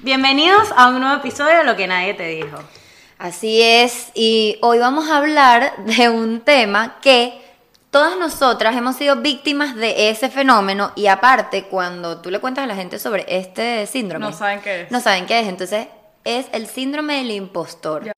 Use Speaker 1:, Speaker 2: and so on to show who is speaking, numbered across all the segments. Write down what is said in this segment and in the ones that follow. Speaker 1: Bienvenidos a un nuevo episodio de Lo que nadie te dijo.
Speaker 2: Así es, y hoy vamos a hablar de un tema que todas nosotras hemos sido víctimas de ese fenómeno y aparte cuando tú le cuentas a la gente sobre este síndrome,
Speaker 3: No saben qué es.
Speaker 2: no saben qué es, entonces es el síndrome del impostor.
Speaker 3: Ya.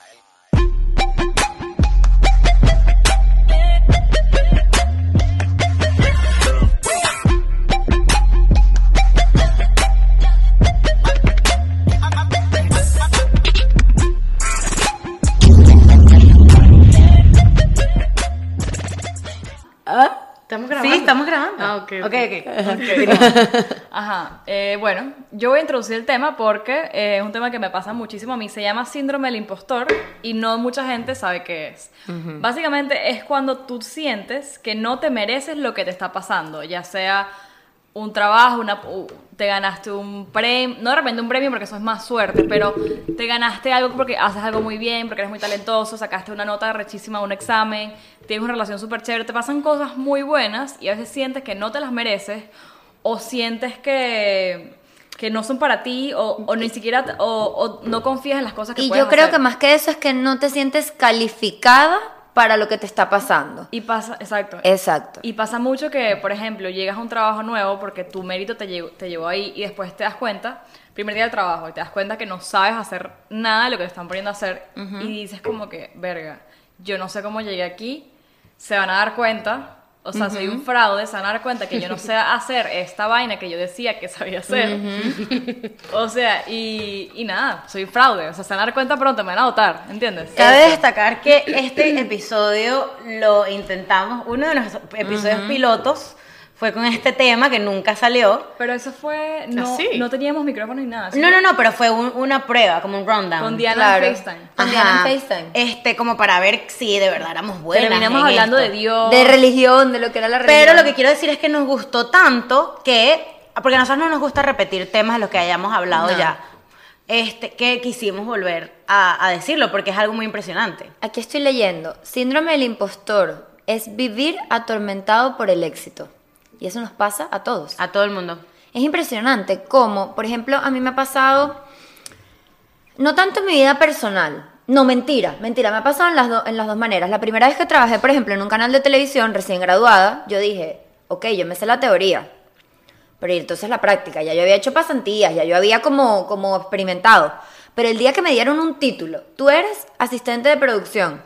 Speaker 3: ¿Estamos grabando?
Speaker 1: ¿Ah? Sí, estamos grabando.
Speaker 3: Ah, ok.
Speaker 1: Ok, ok.
Speaker 3: Ok. Ajá. Eh, bueno, yo voy a introducir el tema porque eh, es un tema que me pasa muchísimo a mí. Se llama síndrome del impostor y no mucha gente sabe qué es. Básicamente es cuando tú sientes que no te mereces lo que te está pasando, ya sea un trabajo, una, u- te ganaste un premio, no de repente un premio porque eso es más suerte, pero te ganaste algo porque haces algo muy bien, porque eres muy talentoso, sacaste una nota rechísima de un examen, tienes una relación súper chévere, te pasan cosas muy buenas y a veces sientes que no te las mereces o sientes que, que no son para ti o, o ni siquiera, t- o, o no confías en las cosas que
Speaker 2: Y
Speaker 3: puedes
Speaker 2: yo creo
Speaker 3: hacer.
Speaker 2: que más que eso es que no te sientes calificada para lo que te está pasando.
Speaker 3: Y pasa, exacto.
Speaker 2: Exacto.
Speaker 3: Y pasa mucho que, por ejemplo, llegas a un trabajo nuevo porque tu mérito te llevó, te llevó ahí y después te das cuenta, primer día del trabajo, y te das cuenta que no sabes hacer nada de lo que te están poniendo a hacer y dices como que, verga, yo no sé cómo llegué aquí, se van a dar cuenta, o sea, soy un fraude, se van a dar cuenta que yo no sé hacer esta vaina que yo decía que sabía hacer. O sea, y, y nada, soy un fraude, o sea, se van a dar cuenta pronto, me van a votar, ¿entiendes?
Speaker 1: Cabe destacar que este episodio lo intentamos, uno de los episodios pilotos fue con este tema que nunca salió.
Speaker 3: Pero eso fue, no,
Speaker 4: ¿Ah, sí?
Speaker 3: no teníamos micrófono ni nada.
Speaker 1: No, no, no, pero fue un- una prueba, como un rundown.
Speaker 3: Con Diana en FaceTime.
Speaker 2: Con
Speaker 1: Ajá.
Speaker 2: Diana en FaCetime.
Speaker 1: Este, como para ver si de verdad éramos buenas.
Speaker 3: Terminamos
Speaker 1: en
Speaker 3: hablando
Speaker 1: esto.
Speaker 3: de Dios.
Speaker 2: De religión, de lo que era la religión.
Speaker 1: Pero lo que quiero decir es que nos gustó tanto que, porque a nosotros no nos gusta repetir temas de los que hayamos hablado
Speaker 2: No.
Speaker 1: ya, este, que quisimos volver a, a decirlo porque es algo muy impresionante.
Speaker 2: Aquí estoy leyendo. Síndrome del impostor es vivir atormentado por el éxito. Y eso nos pasa a todos.
Speaker 1: A todo el mundo.
Speaker 2: Es impresionante cómo, por ejemplo, a mí me ha pasado, no tanto en mi vida personal, no, mentira, mentira, me ha pasado en las, do- en las dos maneras. La primera vez que trabajé, por ejemplo, en un canal de televisión recién graduada, yo dije, ok, yo me sé la teoría, pero y entonces la práctica, ya yo había hecho pasantías, ya yo había como, como experimentado. Pero el día que me dieron un título, tú eres asistente de producción.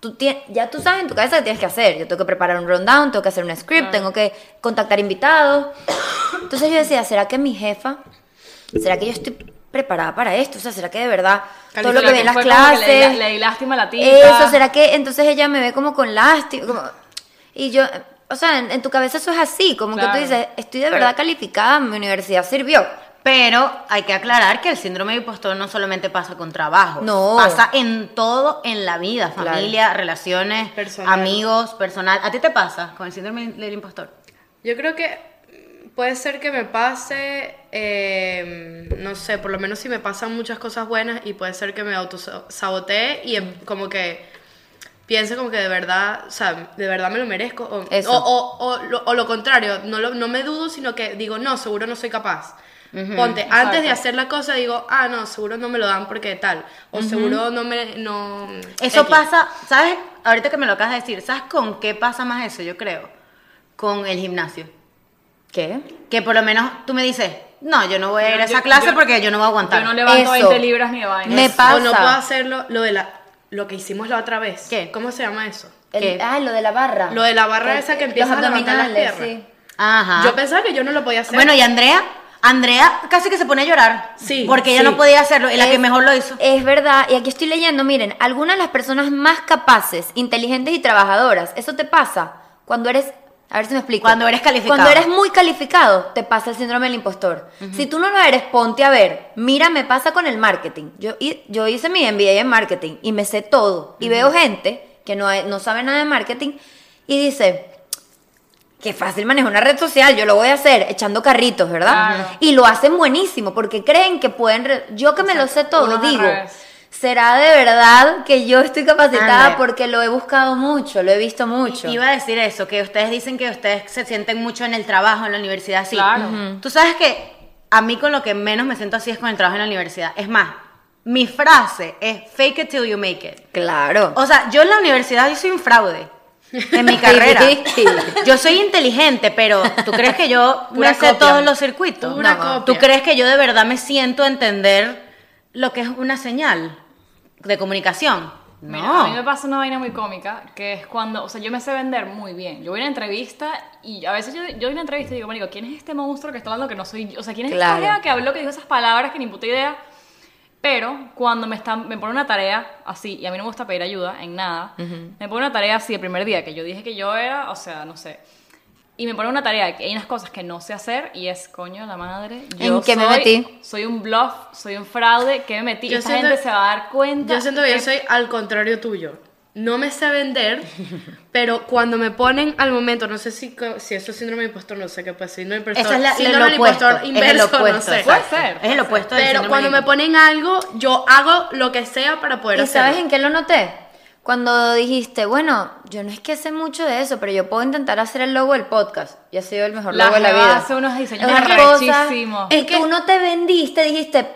Speaker 2: Tú tie- ya tú sabes en tu cabeza qué tienes que hacer. Yo tengo que preparar un rundown, tengo que hacer un script, tengo que contactar invitados. Entonces yo decía, ¿será que mi jefa, será que yo estoy preparada para esto? O sea, ¿será que de verdad todo lo que
Speaker 3: Fue
Speaker 2: ve en las
Speaker 3: como que
Speaker 2: clases?
Speaker 3: Le, di- le di lástima a la tía.
Speaker 2: Eso, ¿será que entonces ella me ve como con lástima? Como... Y yo, o sea, en, en tu cabeza eso es así, como que
Speaker 3: Claro.
Speaker 2: tú dices, estoy de verdad calificada, mi universidad sirvió.
Speaker 1: Pero hay que aclarar que el síndrome de impostor no solamente pasa con trabajo,
Speaker 2: No.
Speaker 1: pasa en todo en la vida,
Speaker 2: Claro.
Speaker 1: familia, relaciones,
Speaker 4: Personal.
Speaker 1: amigos, personal. ¿A ti te pasa con el síndrome del impostor?
Speaker 4: Yo creo que mm, puede ser que me pase, eh, no sé, por lo menos si me pasan muchas cosas buenas y puede ser que me autosabotee y em, como que piense como que de verdad, o sea, de verdad me lo merezco. O,
Speaker 2: Eso.
Speaker 4: o, o- o lo, o lo contrario, no, lo- no me dudo, sino que digo, no, seguro no soy capaz. Ponte, antes de hacer la cosa digo, ah, no, seguro no me lo dan porque tal. O seguro no me... No,
Speaker 1: Eso
Speaker 4: X.
Speaker 1: pasa, ¿sabes? Ahorita que me lo acabas de decir, ¿sabes con qué pasa más eso? Yo creo. Con el gimnasio.
Speaker 2: ¿Qué?
Speaker 1: Que por lo menos tú me dices, no, yo no voy a ir a esa
Speaker 3: yo-
Speaker 1: clase
Speaker 3: yo-
Speaker 1: porque yo no voy a aguantar.
Speaker 3: Yo no levanto
Speaker 2: Eso.
Speaker 3: 20 libras ni de vaina.
Speaker 2: Me
Speaker 4: O no
Speaker 2: pasa.
Speaker 4: puedo hacerlo, lo de la... Lo que hicimos la otra vez.
Speaker 1: ¿Qué?
Speaker 4: ¿Cómo se llama eso?
Speaker 2: El-
Speaker 1: ¿Qué?
Speaker 2: ah, lo de la barra. eh,
Speaker 4: Lo de la barra esa que empiezas a levantar las
Speaker 2: abdominales,
Speaker 4: piernas.
Speaker 1: Ajá.
Speaker 4: Yo pensaba que yo no lo podía hacer.
Speaker 1: Ah. bueno, y Andrea, Andrea casi que se pone a llorar.
Speaker 4: Sí,
Speaker 1: Porque ella
Speaker 4: sí.
Speaker 1: no podía hacerlo, y la que
Speaker 2: Es-
Speaker 1: mejor lo hizo.
Speaker 2: Es verdad, y aquí estoy leyendo, miren, algunas de las personas más capaces, inteligentes y trabajadoras, eso te pasa cuando eres, a ver si me explico.
Speaker 1: Cuando eres calificado.
Speaker 2: Cuando eres muy calificado, te pasa el síndrome del impostor. Si tú no lo eres, ponte a ver, mira, me pasa con el marketing. Yo, hi- yo hice mi MBA en marketing y me sé todo, y veo gente que no, ha- no sabe nada de marketing y dice... Qué fácil manejar una red social, yo lo voy a hacer echando carritos, ¿verdad?
Speaker 3: Claro.
Speaker 2: Y lo hacen buenísimo porque creen que pueden... re- Yo que me lo sé todo,
Speaker 3: uno es al
Speaker 2: digo,
Speaker 3: revés.
Speaker 2: ¿será de verdad que yo estoy capacitada
Speaker 1: Ándale.
Speaker 2: porque lo he buscado mucho, lo he visto mucho?
Speaker 1: Iba a decir eso, que ustedes dicen que ustedes se sienten mucho en el trabajo, en la universidad, sí.
Speaker 3: Claro.
Speaker 1: Ujú. Tú sabes que a mí con lo que menos me siento así es con el trabajo en la universidad. Es más, mi frase es fake it till you make it.
Speaker 2: Claro.
Speaker 1: O sea, yo en la universidad yo soy un fraude. En mi carrera. Yo soy inteligente, pero ¿tú crees que yo
Speaker 4: Pura
Speaker 1: me sé
Speaker 4: copia.
Speaker 1: todos los circuitos?
Speaker 4: Pura
Speaker 1: No.
Speaker 4: copia.
Speaker 1: ¿Tú crees que yo de verdad me siento a entender lo que es una señal de comunicación? No.
Speaker 3: Mira, a mí me pasa una vaina muy cómica, que es cuando, o sea, yo me sé vender muy bien. Yo voy a una entrevista y a veces yo, yo voy a una entrevista y digo, marico, ¿quién es este monstruo que está hablando que no soy yo? O sea, ¿quién es esta
Speaker 2: Claro.
Speaker 3: jeva que habló, que dijo esas palabras que ni puta idea? Pero cuando me, están, me ponen una tarea así, y a mí no me gusta pedir ayuda en nada, me ponen una tarea así el primer día, que yo dije que yo era, o sea, no sé. Y me ponen una tarea, que hay unas cosas que no sé hacer, y es, coño, la madre, yo
Speaker 2: ¿En qué me
Speaker 3: soy-
Speaker 2: metí?
Speaker 3: Soy un bluff, soy un fraude, ¿qué me metí?
Speaker 4: Yo
Speaker 3: Esta
Speaker 4: siento-
Speaker 3: gente se va a dar cuenta.
Speaker 4: Yo siento
Speaker 1: eh.
Speaker 4: que yo
Speaker 3: ¿Qué
Speaker 4: soy al contrario tuyo. No me sé vender, pero cuando me ponen al momento, no sé si, co- si eso es síndrome de impostor, no sé qué puede ser, síndrome de impostor,
Speaker 1: Esa es la-
Speaker 4: síndrome
Speaker 1: lo
Speaker 4: del impostor
Speaker 1: opuesto, es el
Speaker 4: inverso, no
Speaker 1: opuesto,
Speaker 4: sé.
Speaker 1: exacto.
Speaker 3: Puede ser,
Speaker 1: Es el opuesto del
Speaker 4: Pero
Speaker 1: síndrome
Speaker 4: cuando
Speaker 1: del
Speaker 4: me ponen algo, yo hago lo que sea para poder
Speaker 2: ¿Y
Speaker 4: hacerlo.
Speaker 2: sabes en qué lo noté? Cuando dijiste, bueno, yo no es que sé mucho de eso, pero yo puedo intentar hacer el logo del podcast. Y ha sido el mejor
Speaker 3: La
Speaker 2: logo de la
Speaker 3: jeva
Speaker 2: vida.
Speaker 3: hace unos diseños
Speaker 2: Esas
Speaker 3: arrechísimos.
Speaker 2: cosas que tú no te vendiste, dijiste,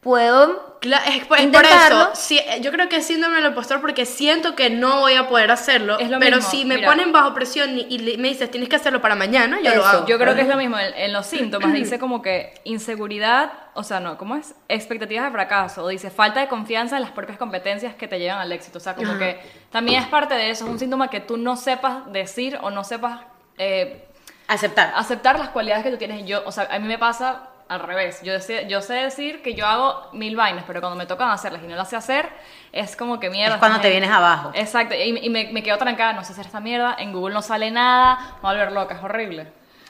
Speaker 2: puedo.
Speaker 4: Cla- es por, es por
Speaker 2: Intentarlo.
Speaker 4: eso, sí, eh, yo creo que es síndrome del impostor porque siento que no voy a poder hacerlo,
Speaker 3: Es lo
Speaker 4: pero
Speaker 3: mismo,
Speaker 4: si me
Speaker 3: mira.
Speaker 4: ponen bajo presión y, y le- me dices tienes que hacerlo para mañana, yo lo
Speaker 2: Eso.
Speaker 4: hago.
Speaker 3: Yo creo que es lo mismo en, en los síntomas. Dice como que inseguridad, o sea, no, ¿cómo es? Expectativas de fracaso. O dice falta de confianza en las propias competencias que te llevan al éxito. O sea, como que también es parte de eso. Es un síntoma que tú no sepas decir o no sepas eh,
Speaker 1: Aceptar.
Speaker 3: aceptar las cualidades que tú tienes. Yo, o sea, a mí me pasa al revés. Yo, sé- yo sé decir que yo hago mil vainas, pero cuando me tocan hacerlas y no las sé hacer, es como que mierda.
Speaker 1: Es cuando
Speaker 3: esta
Speaker 1: te
Speaker 3: gente-
Speaker 1: vienes abajo.
Speaker 3: Exacto. Y, y me, me quedo trancada, no sé hacer esta mierda. En Google no sale nada. Me voy a volver loca, es horrible.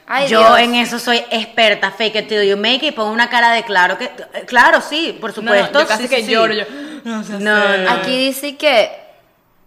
Speaker 2: Ay,
Speaker 1: yo
Speaker 2: Dios.
Speaker 1: en eso soy experta, fake it till you make it, pongo una cara de claro que, claro, sí, por
Speaker 3: No, no,
Speaker 1: supuesto.
Speaker 3: yo casi
Speaker 1: sí, sí,
Speaker 3: que
Speaker 1: sí.
Speaker 3: lloro. yo, no sé
Speaker 1: No,
Speaker 3: hacer.
Speaker 1: no.
Speaker 2: Aquí dice que.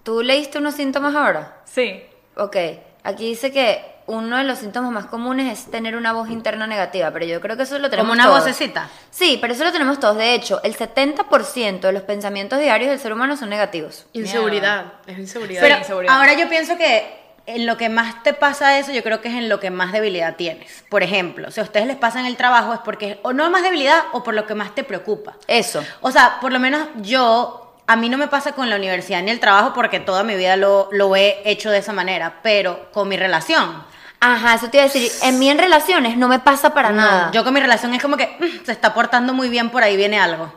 Speaker 2: ¿Tú leíste unos síntomas ahora?
Speaker 3: Sí.
Speaker 2: Ok. Aquí dice que uno de los síntomas más comunes es tener una voz interna negativa, pero yo creo que eso lo tenemos
Speaker 1: Como una
Speaker 2: todos.
Speaker 1: vocecita.
Speaker 2: Sí, pero eso lo tenemos todos. De hecho, el 70% de los pensamientos diarios del ser humano son negativos.
Speaker 4: Inseguridad, es inseguridad.
Speaker 1: Pero
Speaker 3: inseguridad.
Speaker 1: ahora yo pienso que en lo que más te pasa eso, yo creo que es en lo que más debilidad tienes. Por ejemplo, si a ustedes les pasa en el trabajo es porque o no es más debilidad o por lo que más te preocupa.
Speaker 2: Eso.
Speaker 1: O sea, por lo menos yo, a mí no me pasa con la universidad ni el trabajo porque toda mi vida lo, lo he hecho de esa manera, pero con mi relación.
Speaker 2: Ajá, eso te iba a decir. En mí en relaciones no me pasa para
Speaker 1: No,
Speaker 2: nada.
Speaker 1: yo con mi relación es como que mm, se está portando muy bien, por ahí viene algo.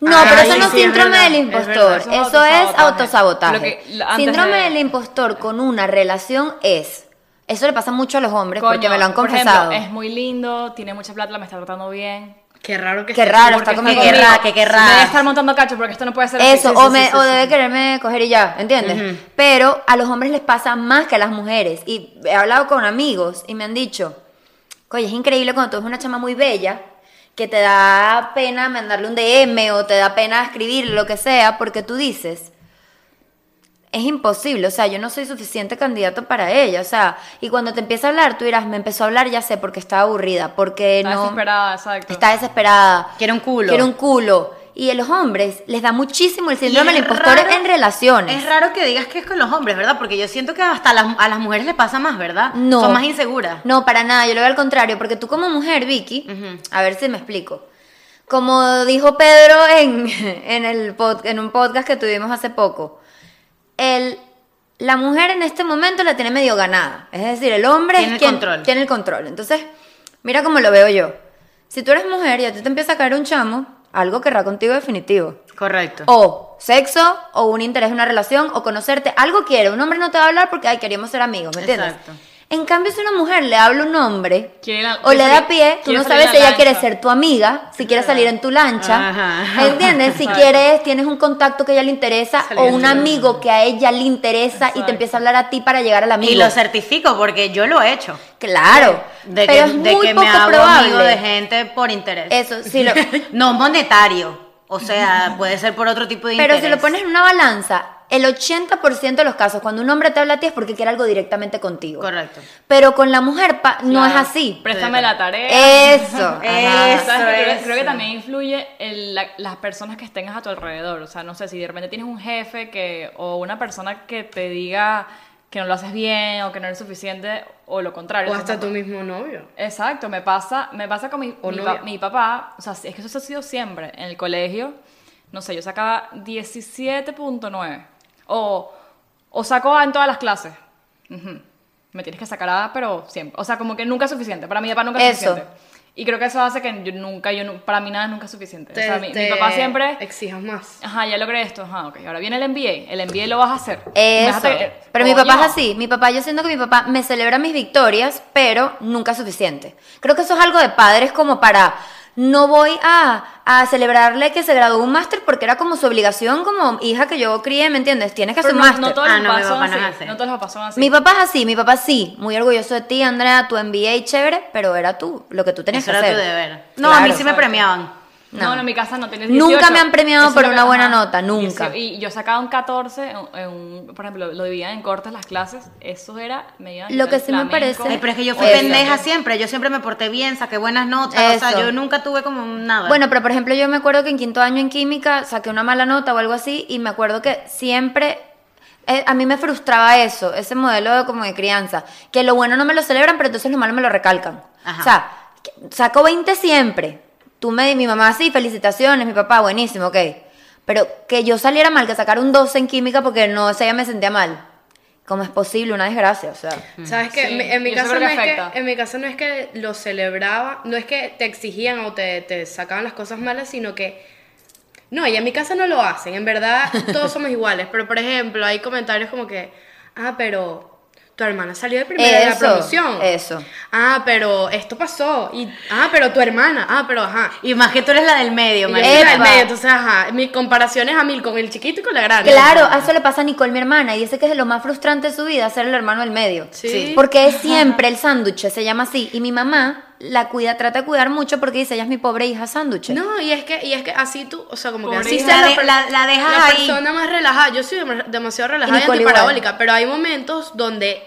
Speaker 2: No,
Speaker 4: Ah,
Speaker 2: pero eso
Speaker 4: sí,
Speaker 2: no es
Speaker 4: sí, es
Speaker 2: síndrome
Speaker 4: verdad,
Speaker 2: del
Speaker 4: es
Speaker 2: impostor.
Speaker 4: verdad,
Speaker 3: eso es
Speaker 2: eso es
Speaker 3: autosabotaje. Lo
Speaker 2: autosabotaje.
Speaker 3: que- lo- antes
Speaker 2: síndrome
Speaker 3: de-
Speaker 2: del impostor con una relación es. Eso le pasa mucho a los hombres porque
Speaker 3: Coño,
Speaker 2: me lo han
Speaker 3: por
Speaker 2: confesado.
Speaker 3: ejemplo, es muy lindo, tiene mucha plata, me está tratando bien.
Speaker 4: qué raro que
Speaker 2: Qué
Speaker 4: esté-
Speaker 2: raro,
Speaker 3: Porque
Speaker 2: está como
Speaker 3: estoy
Speaker 1: que
Speaker 3: conmigo.
Speaker 1: querrá, que querrá.
Speaker 3: Me debe estar montando cacho porque esto no puede ser así.
Speaker 2: Eso,
Speaker 3: Sí, sí,
Speaker 2: o,
Speaker 3: sí,
Speaker 2: me,
Speaker 3: sí,
Speaker 2: o
Speaker 3: sí.
Speaker 2: debe quererme coger y ya, ¿entiendes? Pero a los hombres les pasa más que a las mujeres. Y he hablado con amigos y me han dicho, oye, es increíble cuando tú eres una chama muy bella, que te da pena mandarle un DM o te da pena escribir, lo que sea, porque tú dices, es imposible, o sea, yo no soy suficiente candidato para ella, o sea, y cuando te empieza a hablar, tú dirás, me empezó a hablar, ya sé, porque estaba aburrida, porque
Speaker 3: Está
Speaker 2: no...
Speaker 3: desesperada, exacto.
Speaker 2: Está desesperada.
Speaker 1: Quiere un culo.
Speaker 2: Quiere un culo. Y a los hombres les da muchísimo el síndrome
Speaker 1: Y
Speaker 2: del
Speaker 1: es
Speaker 2: impostor
Speaker 1: raro-
Speaker 2: en relaciones.
Speaker 1: Es raro que digas que es con los hombres, ¿verdad? Porque yo siento que hasta a las, a las mujeres les pasa más, ¿verdad?
Speaker 2: No.
Speaker 1: Son más inseguras.
Speaker 2: No, para nada, yo lo veo al contrario, porque tú como mujer, Vicky, a ver si me explico. Como dijo Pedro en, en, el pod- en un podcast que tuvimos hace poco, el, la mujer en este momento la tiene medio ganada. Es decir, el hombre
Speaker 1: Tiene
Speaker 2: es
Speaker 1: el
Speaker 2: quien
Speaker 1: control.
Speaker 2: tiene el control. Entonces, mira cómo lo veo yo. Si tú eres mujer y a ti te empieza a caer un chamo, algo querrá contigo definitivo.
Speaker 1: Correcto.
Speaker 2: O sexo, o un interés en una relación, o conocerte. Algo quiere. Un hombre no te va a hablar porque, ay, queríamos ser amigos, ¿me entiendes?
Speaker 1: Exacto.
Speaker 2: En cambio, si una mujer le habla a un hombre
Speaker 3: Quiere la-
Speaker 2: o le
Speaker 3: quiere
Speaker 2: da
Speaker 3: salir-
Speaker 2: pie, tú
Speaker 3: quiere
Speaker 2: no sabes
Speaker 3: salir en
Speaker 2: si
Speaker 3: la
Speaker 2: ella quiere
Speaker 3: lancha.
Speaker 2: ser tu amiga, si quiere salir en tu lancha,
Speaker 1: Ajá.
Speaker 2: ¿entiendes? Si
Speaker 3: Exacto.
Speaker 2: quieres, tienes un contacto que a ella le interesa
Speaker 4: Salir
Speaker 2: o
Speaker 4: en
Speaker 2: un
Speaker 4: tu lancha.
Speaker 2: amigo que a ella le interesa y te
Speaker 3: Exacto.
Speaker 2: empieza a hablar a ti para llegar al amigo.
Speaker 1: Y lo certifico porque yo lo he hecho.
Speaker 2: Claro,
Speaker 1: De
Speaker 2: pero
Speaker 1: que,
Speaker 2: es
Speaker 1: de
Speaker 2: muy
Speaker 1: que
Speaker 2: poco
Speaker 1: me hago amigo
Speaker 2: probable.
Speaker 1: de gente por interés.
Speaker 2: Eso, sí lo...
Speaker 1: No monetario. O sea, puede ser por otro tipo de
Speaker 2: Pero
Speaker 1: interés.
Speaker 2: si lo pones en una balanza, el 80% de los casos, cuando un hombre te habla a ti es porque quiere algo directamente contigo.
Speaker 1: Correcto.
Speaker 2: Pero con la mujer pa- no es
Speaker 3: Claro. Eh,
Speaker 2: así.
Speaker 3: Préstame la tarea.
Speaker 2: Eso. ajá.
Speaker 1: Eso,
Speaker 3: ¿Sabes qué? creo,
Speaker 1: eso.
Speaker 3: creo que también influye el- la- las personas que tengas a tu alrededor. O sea, no sé, si de repente tienes un jefe que, o una persona que te diga que no lo haces bien o que no eres suficiente o lo contrario.
Speaker 4: O
Speaker 3: Eso
Speaker 4: hasta
Speaker 3: tampoco-
Speaker 4: tu mismo novio.
Speaker 3: Exacto, me pasa, me pasa con mi,
Speaker 4: O
Speaker 3: mi
Speaker 4: novia.
Speaker 3: pa- mi papá, o sea, es que eso ha sido siempre, en el colegio, no sé, yo sacaba 17.9 o, o saco A en todas las clases. Ujú. Me tienes que sacar A, pero siempre, o sea, como que nunca es suficiente, para mi papá nunca es
Speaker 2: Eso.
Speaker 3: suficiente. Y creo que eso hace que yo nunca, yo nu- para mí nada nunca es suficiente. o sea, mi, mi
Speaker 4: Te-
Speaker 3: papá
Speaker 4: te
Speaker 3: siempre,
Speaker 4: Exijas más.
Speaker 3: ajá, ya logré esto, ajá, ok, ahora viene el MBA, el MBA lo vas a hacer. Y me vas
Speaker 2: Eso.
Speaker 3: a eh, tener-
Speaker 2: Pero mi
Speaker 3: Coño.
Speaker 2: papá es así. Mi papá, yo siento que mi papá me celebra mis victorias, pero nunca es suficiente. Creo que eso es algo de padres como para. No voy a, a celebrarle que se graduó un máster porque era como su obligación como hija que yo crié, ¿me entiendes? Tienes que
Speaker 3: Pero
Speaker 2: hacer un
Speaker 3: no,
Speaker 2: máster.
Speaker 3: no todos
Speaker 1: Ah,
Speaker 3: los
Speaker 1: no, mi
Speaker 3: papás son
Speaker 1: papá no es
Speaker 3: así,
Speaker 1: así.
Speaker 3: no todos los papás son así.
Speaker 2: Mi papá es así, mi papá sí, muy orgulloso de ti, Andrea, tu MBA chévere, pero era tú, lo que tú tenías
Speaker 1: Eso
Speaker 2: que
Speaker 1: era
Speaker 2: hacer.
Speaker 1: tu deber. No, a mí
Speaker 2: Claro.
Speaker 1: sí me premiaban.
Speaker 3: No,
Speaker 2: No.
Speaker 3: no, en mi casa no tienes
Speaker 2: Nunca
Speaker 3: 18.
Speaker 2: me han premiado
Speaker 3: Eso
Speaker 2: por
Speaker 3: es lo
Speaker 2: una buena
Speaker 3: ajá.
Speaker 2: nota, nunca.
Speaker 3: 18, Y yo sacaba un 14, en, en un- por ejemplo, lo dividían en cortes las clases. Eso era, me iban a
Speaker 2: Lo
Speaker 3: quitar
Speaker 2: que
Speaker 3: el
Speaker 2: sí me
Speaker 3: flamenco.
Speaker 2: parece-
Speaker 1: Ay, pero es que yo fui
Speaker 2: Eso.
Speaker 1: pendeja siempre. Yo siempre me porté bien, saqué buenas notas. O
Speaker 2: Eso.
Speaker 1: sea, yo nunca tuve como nada.
Speaker 2: Bueno, pero por ejemplo, yo me acuerdo que en quinto año en química saqué una mala nota o algo así, y me acuerdo que siempre. eh, a mí me frustraba eso, ese modelo de, como de crianza. Que lo bueno no me lo celebran, pero entonces lo malo me lo recalcan.
Speaker 1: Ajá.
Speaker 2: O sea, que- saco 20 siempre. Tú me mi mamá, sí, felicitaciones, mi papá, buenísimo, ok. Pero que yo saliera mal, que sacara un 12 en química porque no sé, ya me sentía mal. ¿Cómo es posible? Una desgracia, o sea.
Speaker 4: ¿Sabes qué?
Speaker 3: Mm. Sí,
Speaker 4: Mi- en, mi
Speaker 3: y eso
Speaker 4: casa
Speaker 3: creo
Speaker 4: no
Speaker 3: que
Speaker 4: es
Speaker 3: afecta.
Speaker 4: que, en mi casa no es que lo celebraba, no es que te exigían o te, te sacaban las cosas malas, sino que... No, y en mi casa no lo hacen, en verdad todos somos iguales, pero por ejemplo hay comentarios como que, ah, pero tu hermana salió de primera en la
Speaker 2: Eso,
Speaker 4: promoción.
Speaker 2: eso.
Speaker 4: Ah, pero esto pasó. Y, ah, pero tu hermana. Ah, pero ajá.
Speaker 1: Y más que tú eres la del medio,
Speaker 4: Y yo
Speaker 1: marica.
Speaker 4: soy la del
Speaker 2: Epa.
Speaker 4: medio, entonces, ajá, mis comparaciones a mil con el chiquito y con la grande.
Speaker 2: Claro, a eso le pasa a Nicole, mi hermana, y dice que es lo más frustrante de su vida ser el hermano del medio.
Speaker 4: Sí. Sí.
Speaker 2: Porque es siempre el sándwich, se llama así. Y mi mamá la cuida, trata de cuidar mucho porque dice, ella es mi pobre hija sándwich.
Speaker 4: No, y es que, y es que así tú, o sea, como
Speaker 3: Pobre
Speaker 4: que así
Speaker 1: hija.
Speaker 4: seas
Speaker 1: La de-
Speaker 4: per-
Speaker 1: la- la dejas
Speaker 4: la
Speaker 1: ahí.
Speaker 4: persona más relajada. Yo soy dem- demasiado relajada y
Speaker 2: Nicole
Speaker 4: antiparabólica, pero hay momentos donde